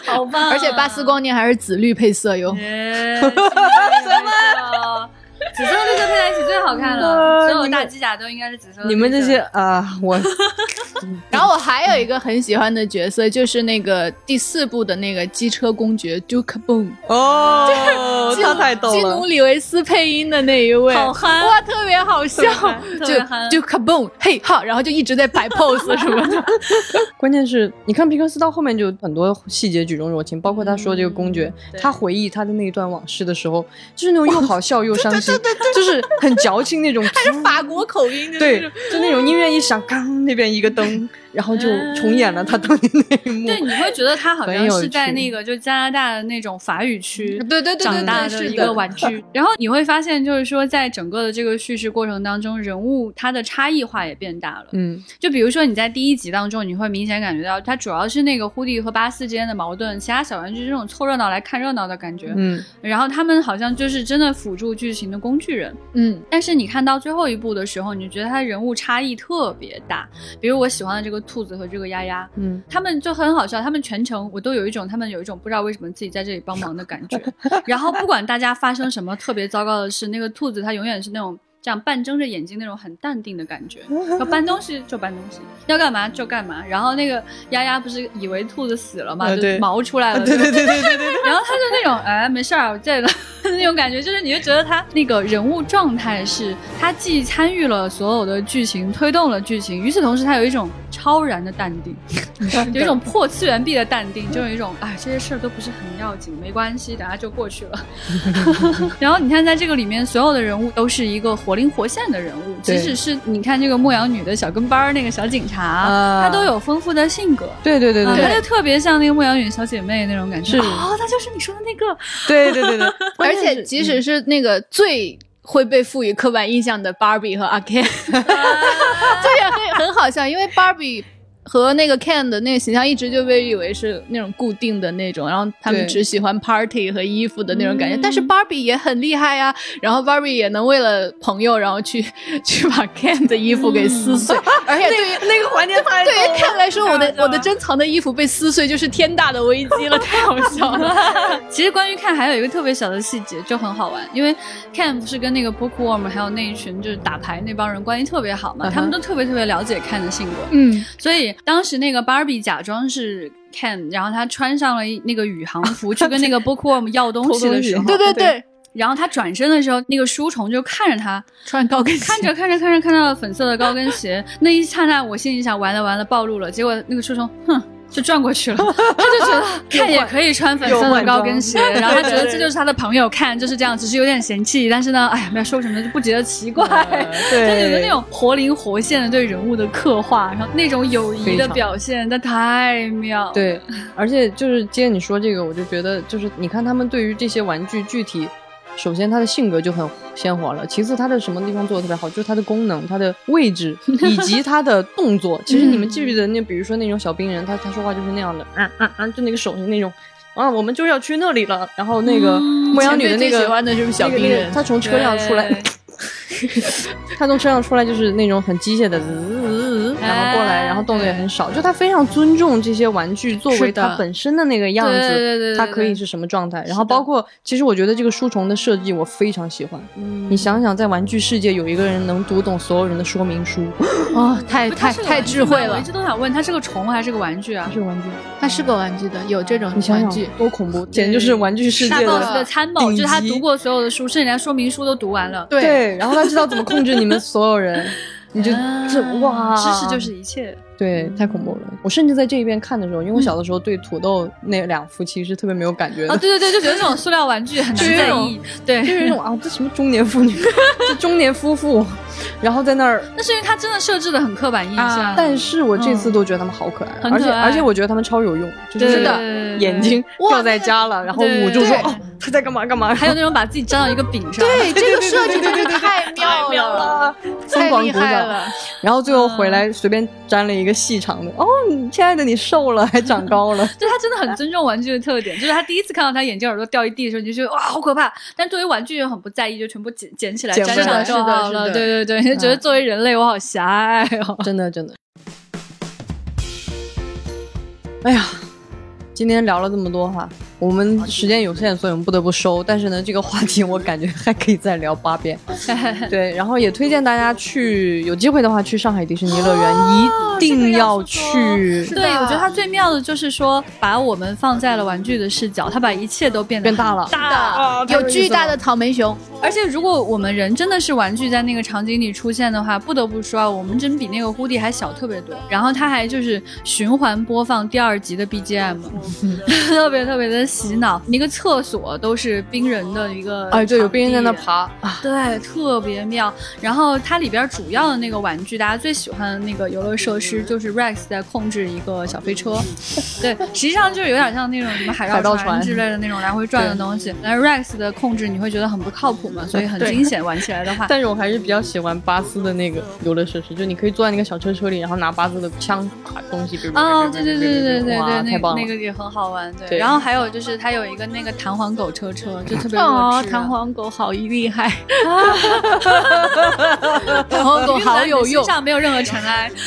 [SPEAKER 1] 好棒啊！
[SPEAKER 3] 而且巴斯光年还是紫绿配色
[SPEAKER 1] 嗯
[SPEAKER 3] 哟。
[SPEAKER 1] 耶，什么？紫色和绿色配在一起最好看了，所有大机甲都应该是紫色和绿色。
[SPEAKER 2] 你们
[SPEAKER 3] (laughs)
[SPEAKER 2] 这些啊，我
[SPEAKER 3] 然后我还有一个很喜欢的角色，就是那个第四部的那个机车公爵 Duke Boom，
[SPEAKER 2] 哦，
[SPEAKER 3] 基
[SPEAKER 2] 他
[SPEAKER 3] 努
[SPEAKER 2] 太逗
[SPEAKER 3] 基
[SPEAKER 2] 了
[SPEAKER 3] 努。里维斯配音的那一位，
[SPEAKER 1] 好憨
[SPEAKER 3] 哇，特别好笑
[SPEAKER 1] 特别憨，特别憨
[SPEAKER 3] 就 Duke Boom，嘿哈，然后就一直在摆 pose 什么
[SPEAKER 1] (laughs)
[SPEAKER 3] 的，
[SPEAKER 2] 关键是，你看皮克斯到后面就有很多细节举重若轻，包括他说这个公爵，
[SPEAKER 3] 嗯
[SPEAKER 1] 对
[SPEAKER 2] 他回忆他的那一段往事的时候，就是那种又好笑又伤
[SPEAKER 3] (laughs)
[SPEAKER 2] 心，就是很矫情那种。
[SPEAKER 3] 法国口音，
[SPEAKER 1] (laughs)
[SPEAKER 3] 就是
[SPEAKER 2] (laughs) 对，就那种音乐一响，刚那边一个灯，然后就重演了他当年那一幕。
[SPEAKER 1] 对，你会觉得他好
[SPEAKER 2] 很
[SPEAKER 1] 像
[SPEAKER 2] 有
[SPEAKER 1] 是在
[SPEAKER 2] 趣
[SPEAKER 1] 那个就加拿大的那种法语区
[SPEAKER 3] 嗯对对对对
[SPEAKER 1] 长大
[SPEAKER 3] 对，
[SPEAKER 1] 的
[SPEAKER 3] 是
[SPEAKER 1] 一个
[SPEAKER 3] 的，
[SPEAKER 1] 玩具。然后你会发现，就是说在整个的这个叙事过程当中，人物他的差异化也变大了。
[SPEAKER 2] 嗯，
[SPEAKER 1] 就比如说你在第一集当中，你会明显感觉到，它主要是那个忽地和巴斯之间的矛盾，其他小玩具这种凑热闹来看热闹的感觉。
[SPEAKER 2] 嗯，
[SPEAKER 1] 然后他们好像就是真的辅助剧情的工具人。
[SPEAKER 3] 嗯
[SPEAKER 1] 但是你看到最后一部的时候，你就觉得他人物差异特别大。比如我喜欢的这个兔子和这个丫丫，
[SPEAKER 2] 嗯，
[SPEAKER 1] 他们就很好笑，他们全程我都有一种他们有一种不知道为什么自己在这里帮忙的感
[SPEAKER 3] (laughs)
[SPEAKER 1] 觉。然后不管大家发生什么特别糟糕的事，那个兔子它永远是那种这样半睁着眼睛那种很淡定的感觉，要搬东西就搬东西，要干嘛就干嘛。然后那个丫丫不是以为兔子死了嘛，
[SPEAKER 2] 呃对
[SPEAKER 1] 就毛出来了，
[SPEAKER 2] (laughs) 对对对对对对对，
[SPEAKER 1] 然后他就那种哎没事儿，我这个 (laughs) 那种感觉，就是你就觉得他那个人物状态是，他既参与了所有的剧情，推动了剧情，与此同时他有一种超然的淡定，有一种破次元壁的淡定，就有一种哎这些事儿都不是很要紧，没关系，等下就过去了。 (laughs) 然后你看在这个里面，所有的人物都是一个活灵活现的人物，即
[SPEAKER 2] 对
[SPEAKER 1] 使是你看这个牧羊女的小跟班儿那个小警察，
[SPEAKER 2] 啊
[SPEAKER 1] 她都有丰富的性格。
[SPEAKER 2] 对对对
[SPEAKER 1] 啊，
[SPEAKER 2] 对
[SPEAKER 1] 她就特别像那个牧羊女小姐妹那种感觉，
[SPEAKER 2] 是
[SPEAKER 1] 哦，她就是你说的那
[SPEAKER 2] (laughs)
[SPEAKER 1] 个，
[SPEAKER 2] 对对对对，
[SPEAKER 3] 而
[SPEAKER 1] 嗯
[SPEAKER 3] 且即使是那个最会被赋予刻板印象的 Barbie 和阿 Ken，这也很很好笑，因为 Barbie。和那个 Ken 的那个形象一直就被以为是那种固定的那种，然后他们
[SPEAKER 2] 对
[SPEAKER 3] 只喜欢 party 和衣服的那种感觉。
[SPEAKER 1] 嗯
[SPEAKER 3] 但是 Barbie 也很厉害呀，然后 Barbie 也能为了朋友， (laughs) 然后去去把 Ken 的衣服给撕碎，而且对于
[SPEAKER 2] 那个环节太
[SPEAKER 3] 对于 Ken 来说，我
[SPEAKER 1] 太
[SPEAKER 3] 的
[SPEAKER 1] 好笑了
[SPEAKER 3] 我的珍藏的衣服被撕碎就是天大的危机了，太好笑
[SPEAKER 1] (laughs)
[SPEAKER 3] 了。
[SPEAKER 1] 其实关于看还有一个特别小的细节就很好玩，因为 Ken 不是跟那个 Bookworm 还有那一群就是打牌那帮人关系特别好嘛
[SPEAKER 2] 嗯哼
[SPEAKER 1] 他们都特别特别了解 Ken 的性格，
[SPEAKER 3] 嗯，
[SPEAKER 1] 所以当时那个 Barbie 假装是 Ken，然后他穿上了一那个宇航服去跟那个 Bookworm 要东西的时候，
[SPEAKER 2] 偷
[SPEAKER 3] 对
[SPEAKER 2] 东西
[SPEAKER 3] 对对，
[SPEAKER 1] 然后他转身的时候，那个书虫就看着他，
[SPEAKER 3] 穿高 (laughs) 跟鞋，
[SPEAKER 1] 看着看着看着看到了粉色的高跟鞋， (laughs) 那一刹那我心里想完了完了暴露了，结果那个书虫哼。就转过去了， (laughs) 他就觉得看也可以穿粉色的高跟鞋，然后他觉得这就是他的朋友看就是这样，只是有点嫌弃，但是呢，哎呀，没有说什么就不觉得奇怪， (laughs) 就
[SPEAKER 2] 对
[SPEAKER 1] 有的那种活灵活现的对人物的刻画，然后那种友谊
[SPEAKER 2] 非
[SPEAKER 1] 的
[SPEAKER 2] 常
[SPEAKER 1] 表现，那太妙了。
[SPEAKER 2] 对，而且就是接你说这个，我就觉得就是你看他们对于这些玩具具体，首先它的性格就很鲜活了，其次它的什么地方做的特别好，就是它的功能、它的位
[SPEAKER 3] (laughs)
[SPEAKER 2] 置以及它的动作。其实你
[SPEAKER 3] 嗯
[SPEAKER 2] 们记不记得那，比如说那种小冰人，他他说话就是那样的，啊啊啊，就那个手是那种。啊，我们就是要去那里了。然后那个
[SPEAKER 1] 嗯
[SPEAKER 2] 牧羊女的
[SPEAKER 3] 前
[SPEAKER 2] 那
[SPEAKER 3] 辈最
[SPEAKER 2] 个
[SPEAKER 3] 喜欢的就是小
[SPEAKER 2] 那个
[SPEAKER 3] 冰
[SPEAKER 2] 那个
[SPEAKER 3] 人
[SPEAKER 2] 她从车上出来，他从车上出来就是那种很机械的滋滋滋滋，然后过来，
[SPEAKER 1] 哎
[SPEAKER 2] 然后动作也很少，就他非常尊重这些玩具作为
[SPEAKER 3] 是的
[SPEAKER 2] 它本身的那个样
[SPEAKER 1] 对对对对
[SPEAKER 2] 子，
[SPEAKER 1] 对
[SPEAKER 2] 它可以是什么状态。然后包括，其实我觉得这个书虫的设计我非常喜欢。
[SPEAKER 1] 嗯
[SPEAKER 2] 你想想，在玩具世界有一个人能读懂所有人的说明书，
[SPEAKER 3] 哦，太
[SPEAKER 1] 不是它
[SPEAKER 3] 太
[SPEAKER 1] 是个
[SPEAKER 3] 太
[SPEAKER 1] 玩具
[SPEAKER 3] 智慧
[SPEAKER 1] 吗我
[SPEAKER 3] 了
[SPEAKER 1] 一直，都想问，它是个虫 (laughs) 还是个玩具啊
[SPEAKER 2] 它？是玩具，
[SPEAKER 3] 它是个玩具的，有这种
[SPEAKER 2] 你想
[SPEAKER 3] 玩具
[SPEAKER 2] 想。多恐怖，简直就是玩具世
[SPEAKER 1] 大
[SPEAKER 2] 界
[SPEAKER 3] 到
[SPEAKER 1] boss
[SPEAKER 3] 了
[SPEAKER 2] 的。
[SPEAKER 1] 的参谋，就是他
[SPEAKER 2] 顶级
[SPEAKER 1] 读过所有的书，甚至连说明书都读完了。
[SPEAKER 3] 对，
[SPEAKER 2] 对，然后他知道怎么控制你们所
[SPEAKER 1] (laughs)
[SPEAKER 2] 有人，你就
[SPEAKER 1] 啊
[SPEAKER 2] 这哇，
[SPEAKER 1] 知识就是一切。
[SPEAKER 2] 对，太恐怖了！我甚至在这一边看的时候，因为我小的时候对土豆那两夫妻是特别没有感觉的，
[SPEAKER 1] 哦，对对对，就觉得这种塑料玩具很难
[SPEAKER 2] 就是
[SPEAKER 1] 在
[SPEAKER 2] 那种
[SPEAKER 1] 意。对，
[SPEAKER 2] 啊就是那种啊，这什么中年妇 (laughs) 女，这中年夫妇，然后在那儿。
[SPEAKER 1] 那是因为他真的设置的很刻板印象
[SPEAKER 3] 啊。
[SPEAKER 2] 但是我这次都觉得他们好嗯可爱，
[SPEAKER 1] 很
[SPEAKER 2] 而且
[SPEAKER 1] 可爱
[SPEAKER 2] 而且我觉得他们超有用，就
[SPEAKER 1] 对
[SPEAKER 2] 是
[SPEAKER 1] 对对对
[SPEAKER 2] 眼睛掉在家了，然后捂住说
[SPEAKER 1] 对
[SPEAKER 2] 哦他在干嘛干嘛，
[SPEAKER 1] 还有那种把自己粘到一个饼上， (laughs)
[SPEAKER 3] 对这个设计真的太妙
[SPEAKER 2] 秒
[SPEAKER 3] 了，
[SPEAKER 2] 了，啊疯
[SPEAKER 3] 太
[SPEAKER 2] 狂
[SPEAKER 3] 厉
[SPEAKER 2] 鼓
[SPEAKER 3] 害
[SPEAKER 2] 掌。
[SPEAKER 3] 了。
[SPEAKER 2] 然后最后回来随便粘了一个细长的，哦，你亲爱的你瘦了，还长高了。
[SPEAKER 1] 就他真的很尊重玩具的特点。就是他第一次看到他眼睛耳朵掉一地的时候，你就觉得哇好可怕，但对于玩具又很不在意，就全部捡捡起来
[SPEAKER 2] 捡
[SPEAKER 1] 粘
[SPEAKER 2] 回
[SPEAKER 1] 上
[SPEAKER 2] 来
[SPEAKER 3] 是
[SPEAKER 1] 就
[SPEAKER 3] 的是的
[SPEAKER 1] 好了。
[SPEAKER 3] 是的
[SPEAKER 1] 对对对，就觉
[SPEAKER 2] 嗯
[SPEAKER 1] 得作为人类我好狭隘哦。
[SPEAKER 2] (laughs) 真的真的。哎呀，今天聊了这么多哈，我们时间有限，所以我们不得不收。但是呢，这个话题我感觉还可以再聊
[SPEAKER 1] (laughs)
[SPEAKER 2] 八遍。对，然后也推荐大家去，有机会的话去上海迪士尼乐园，
[SPEAKER 1] 哦
[SPEAKER 2] 一定去。
[SPEAKER 3] 是的
[SPEAKER 1] 对，我觉得它最妙的就是说，把我们放在了玩具的视角，它把一切都变得
[SPEAKER 2] 变大了
[SPEAKER 1] 很大。
[SPEAKER 3] 有巨大的草莓熊，
[SPEAKER 1] 而且，如果我们人真的是玩具在那个场景里出现的话，不得不说啊，我们真比那个忽地还小特别多。 (laughs) 然后它还就是循环播放第二集的 BGM，特别特别的洗脑，一个厕所都是冰人的一个
[SPEAKER 2] 哎，对，有病人在那
[SPEAKER 1] 场地
[SPEAKER 2] 爬啊，
[SPEAKER 1] 对，特别妙。然后它里边主要的那个玩具，大家最喜欢的那个游乐设施就是 Rex 在控制一个小飞车， (laughs) 对，实际上就是有点像那种什么海
[SPEAKER 2] 海
[SPEAKER 1] 盗
[SPEAKER 2] 盗
[SPEAKER 1] 船
[SPEAKER 2] 船
[SPEAKER 1] 之类的那种来回转的东西。但是 Rex 的控制你会觉得很不靠谱嘛，所以很
[SPEAKER 2] (laughs) 对
[SPEAKER 1] 惊险。玩起来的话，
[SPEAKER 2] 但是我还是比较喜欢巴斯的那个游乐设施，就你可以坐在那个小车车里，然后拿巴斯的枪打东西。
[SPEAKER 1] 哦，对对对对对对
[SPEAKER 2] 哇
[SPEAKER 1] 对，
[SPEAKER 2] 太
[SPEAKER 1] 那
[SPEAKER 2] 棒
[SPEAKER 1] 个
[SPEAKER 2] 了！
[SPEAKER 1] 那个也很好玩。对，
[SPEAKER 2] 对
[SPEAKER 1] 然后还有就是它有一个那个弹簧狗车车，就特别弱
[SPEAKER 3] 哦，
[SPEAKER 1] 智。啊
[SPEAKER 3] 弹簧狗好
[SPEAKER 1] (laughs)
[SPEAKER 3] 厉害，弹簧狗好有用
[SPEAKER 1] 身。上没有任何尘埃。
[SPEAKER 2] (laughs)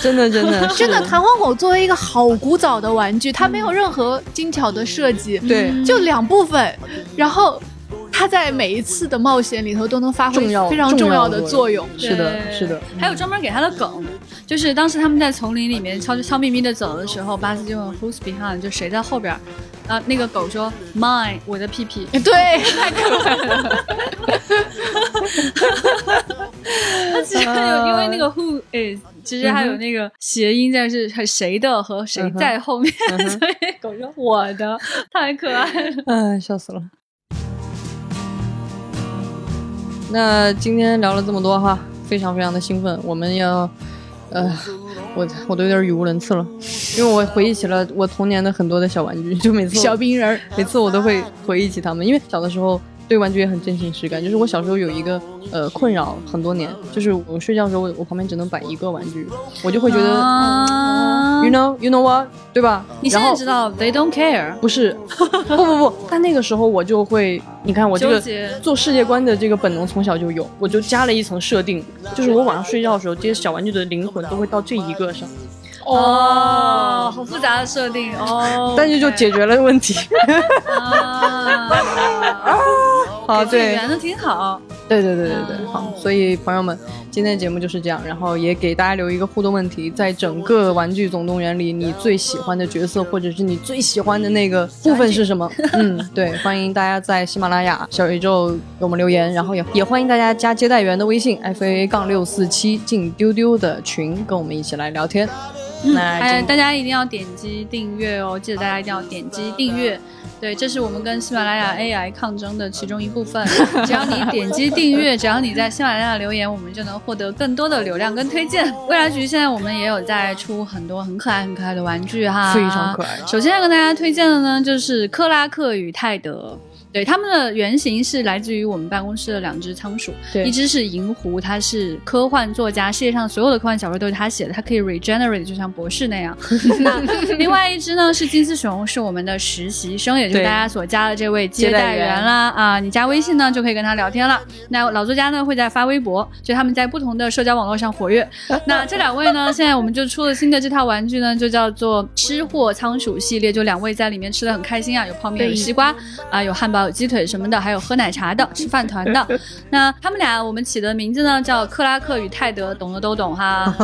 [SPEAKER 2] 真的真的
[SPEAKER 3] (laughs) 真的，
[SPEAKER 2] 是
[SPEAKER 3] 弹簧狗作为一个好古早的玩具，它没有任何精巧的设计，
[SPEAKER 2] 对
[SPEAKER 1] 嗯
[SPEAKER 3] 就两部分，然后它在每一次的冒险里头都能发挥
[SPEAKER 2] 重要
[SPEAKER 3] 非常重要的作用。
[SPEAKER 2] 是的，
[SPEAKER 1] 对
[SPEAKER 2] 是的，
[SPEAKER 1] 还有专门给他的梗，就是当时他们在丛林里面悄悄咪咪的走的时候，巴斯就问 Who's behind，就谁在后边儿。啊、那个狗说 Mine，我的屁
[SPEAKER 2] 啊
[SPEAKER 1] 屁。
[SPEAKER 3] 对，
[SPEAKER 1] 它其实 (laughs) 还有因为那个 Who is，其
[SPEAKER 2] 嗯
[SPEAKER 1] 实还有那个谐音在是谁的和谁在后面，(laughs)
[SPEAKER 2] 嗯
[SPEAKER 1] 所以狗说我的，太可爱
[SPEAKER 2] (laughs)
[SPEAKER 1] 了。
[SPEAKER 2] 哎，笑死了。那今天聊了这么多哈，非常非常的兴奋，我们要，呃，我我都有点语无伦次了，因为我回忆起了我童年的很多的小玩具，就每次我
[SPEAKER 3] 小冰人儿，
[SPEAKER 2] 每次我都会回忆起他们，因为小的时候对玩具也很真情实感。就是我小时候有一个呃困扰很多年，就是我睡觉的时候，我我旁边只能摆一个玩具，我就会觉得、
[SPEAKER 1] 啊
[SPEAKER 2] y o u know 嗯 you know what，对吧？
[SPEAKER 1] 你现
[SPEAKER 2] 然
[SPEAKER 1] 在
[SPEAKER 2] 后
[SPEAKER 1] 知道 They don't care。
[SPEAKER 2] 不是， (laughs) 不不不，但那个时候我就会，你看我这个
[SPEAKER 1] 纠结
[SPEAKER 2] 做世界观的这个本能从小就有，我就加了一层设定，就是我晚上睡觉的时候，这些小玩具的灵魂都会到这一个上，
[SPEAKER 1] 哦，好复杂的设定哦，
[SPEAKER 2] 但是就
[SPEAKER 1] OK
[SPEAKER 2] 解决了问题。 (laughs)
[SPEAKER 1] 啊，
[SPEAKER 2] 好，
[SPEAKER 1] 这
[SPEAKER 2] 对，
[SPEAKER 1] 圆的挺好。
[SPEAKER 2] 对对对对
[SPEAKER 1] 嗯
[SPEAKER 2] 对，好，所以朋友们，今天的节目就是这样，然后也给大家留一个互动问题，在整个《玩具总动员》里，你最喜欢的角色或者是你最喜欢的那个部分是什么？嗯，对，欢迎大家在喜马拉雅、小宇宙给我们留言，然后也也欢迎大家加接待员的微信 f a a 杠六四七进丢丢的群，跟我们一起来聊天。那
[SPEAKER 1] 哎，
[SPEAKER 2] 今
[SPEAKER 1] 大家一定要点击订阅哦！记得大家一定要点击订阅。对，这是我们跟喜马拉雅 AI 抗争的其中一部
[SPEAKER 2] (laughs)
[SPEAKER 1] 分。只要你点击订阅，只要你在喜马拉雅留言，我们就能获得更多的流量跟推荐。未来局现在我们也有在出很多很可爱、很可爱的玩具哈，
[SPEAKER 2] 非常可爱
[SPEAKER 1] 首先要跟大家推荐的呢，就是克拉克与泰德。对，他们的原型是来自于我们办公室的两只仓鼠，
[SPEAKER 2] 对
[SPEAKER 1] 一只是银狐，它是科幻作家，世界上所有的科幻小说都是他写的，它可以 regenerate，就像博士那样。那另外一只呢是金丝熊，是我们的实习生，也就是
[SPEAKER 2] 对
[SPEAKER 1] 大家所加的这位接
[SPEAKER 2] 接待
[SPEAKER 1] 待
[SPEAKER 2] 员
[SPEAKER 1] 员啦啊，你加微信呢就可以跟他聊天了。那老作家呢会在发微博，所以他们在不同的社交网络上活跃。那这两位呢，现在我们就出了新的这套玩具呢，就叫做吃货仓鼠系列，就两位在里面吃的很开心啊，有泡面，有西瓜啊，有汉堡，有鸡腿什么的，还有喝奶茶的，吃饭团的。那他们俩我们起的名字呢叫克拉克与泰德，懂的都懂哈，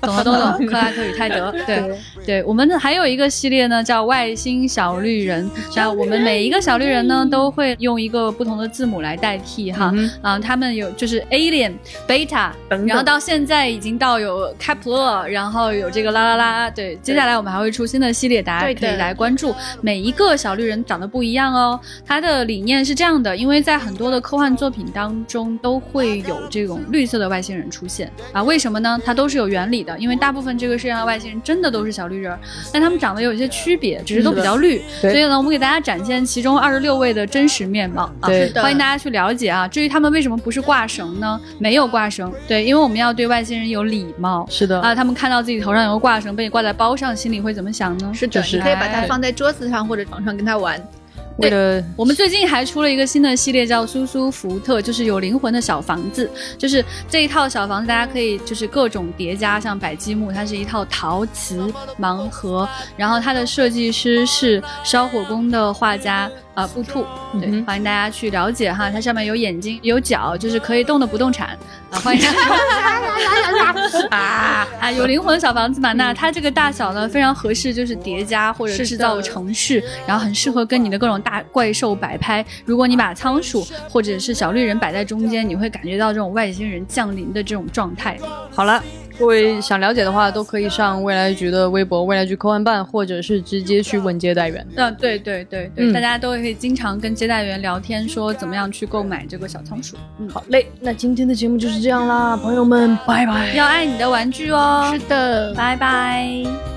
[SPEAKER 1] 懂的都懂，克拉克与泰德，对对，我们还有一个系列呢叫外星小绿人，那我们每一个小绿人呢都会用一个不同的字母来代替哈，
[SPEAKER 2] 嗯
[SPEAKER 1] 啊，他们有就是 alien、beta，
[SPEAKER 2] 等等
[SPEAKER 1] 然后到现在已经到有开普勒，然后有这个啦啦啦，对，接下来我们还会出新的系列，大
[SPEAKER 3] 对
[SPEAKER 1] 家
[SPEAKER 3] 的
[SPEAKER 1] 可以来关注。每一个小绿人长得不一样哦，它的理念是这样的，因为在很多的科幻作品当中都会有这种绿色的外星人出现啊，为什么呢？它都是有原理的，因为大部分这个世界上的外星人真的都是小绿人儿，但他们长得有一些区别，只是都比较绿，
[SPEAKER 2] 对
[SPEAKER 1] 所以呢，我们给大家展现其中二十六位的真实面貌啊。
[SPEAKER 2] 对
[SPEAKER 3] 的
[SPEAKER 1] 欢迎大家去了解啊。至于他们为什么不是挂绳呢？没有挂绳，对，因为我们要对外星人有礼貌
[SPEAKER 2] 是的，
[SPEAKER 1] 啊。他们看到自己头上有个挂绳，被你挂在包上，心里会怎么想呢？
[SPEAKER 3] 是的，
[SPEAKER 2] 就是
[SPEAKER 3] 你可以把它
[SPEAKER 1] 哎
[SPEAKER 3] 放在桌子上或者床上跟它玩。
[SPEAKER 2] 为了
[SPEAKER 1] 我们最近还出了一个新的系列，叫“苏苏福特”，就是有灵魂的小房子。就是这一套小房子，大家可以就是各种叠加，像百积木，它是一套陶瓷盲盒，然后它的设计师是烧火工的画家。啊，布兔，对，
[SPEAKER 2] 嗯哼
[SPEAKER 1] 欢迎大家去了解哈，它上面有眼睛，有脚，就是可以动的不动产啊，欢迎大家 (laughs) 啊 (laughs) 啊，有灵魂的小房子嘛，那它这个大小呢非常合适，就是叠加或者
[SPEAKER 3] 是
[SPEAKER 1] 制造
[SPEAKER 3] 的
[SPEAKER 1] 成。城市，然后很适合跟你的各种大怪兽摆拍。如果你把仓鼠或者是小绿人摆在中间，你会感觉到这种外星人降临的这种状态。
[SPEAKER 2] 好了，各位想了解的话，都可以上未来局的微博“未来局科幻办”，或者是直接去问接待员。
[SPEAKER 1] 嗯，对对对对，
[SPEAKER 2] 嗯
[SPEAKER 1] 大家都可以经常跟接待员聊天，说怎么样去购买这个小仓鼠，
[SPEAKER 2] 好嘞，那今天的节目就是这样啦，朋友们，拜拜。
[SPEAKER 1] 要爱你的玩具哦。
[SPEAKER 3] 是的，
[SPEAKER 1] 拜拜。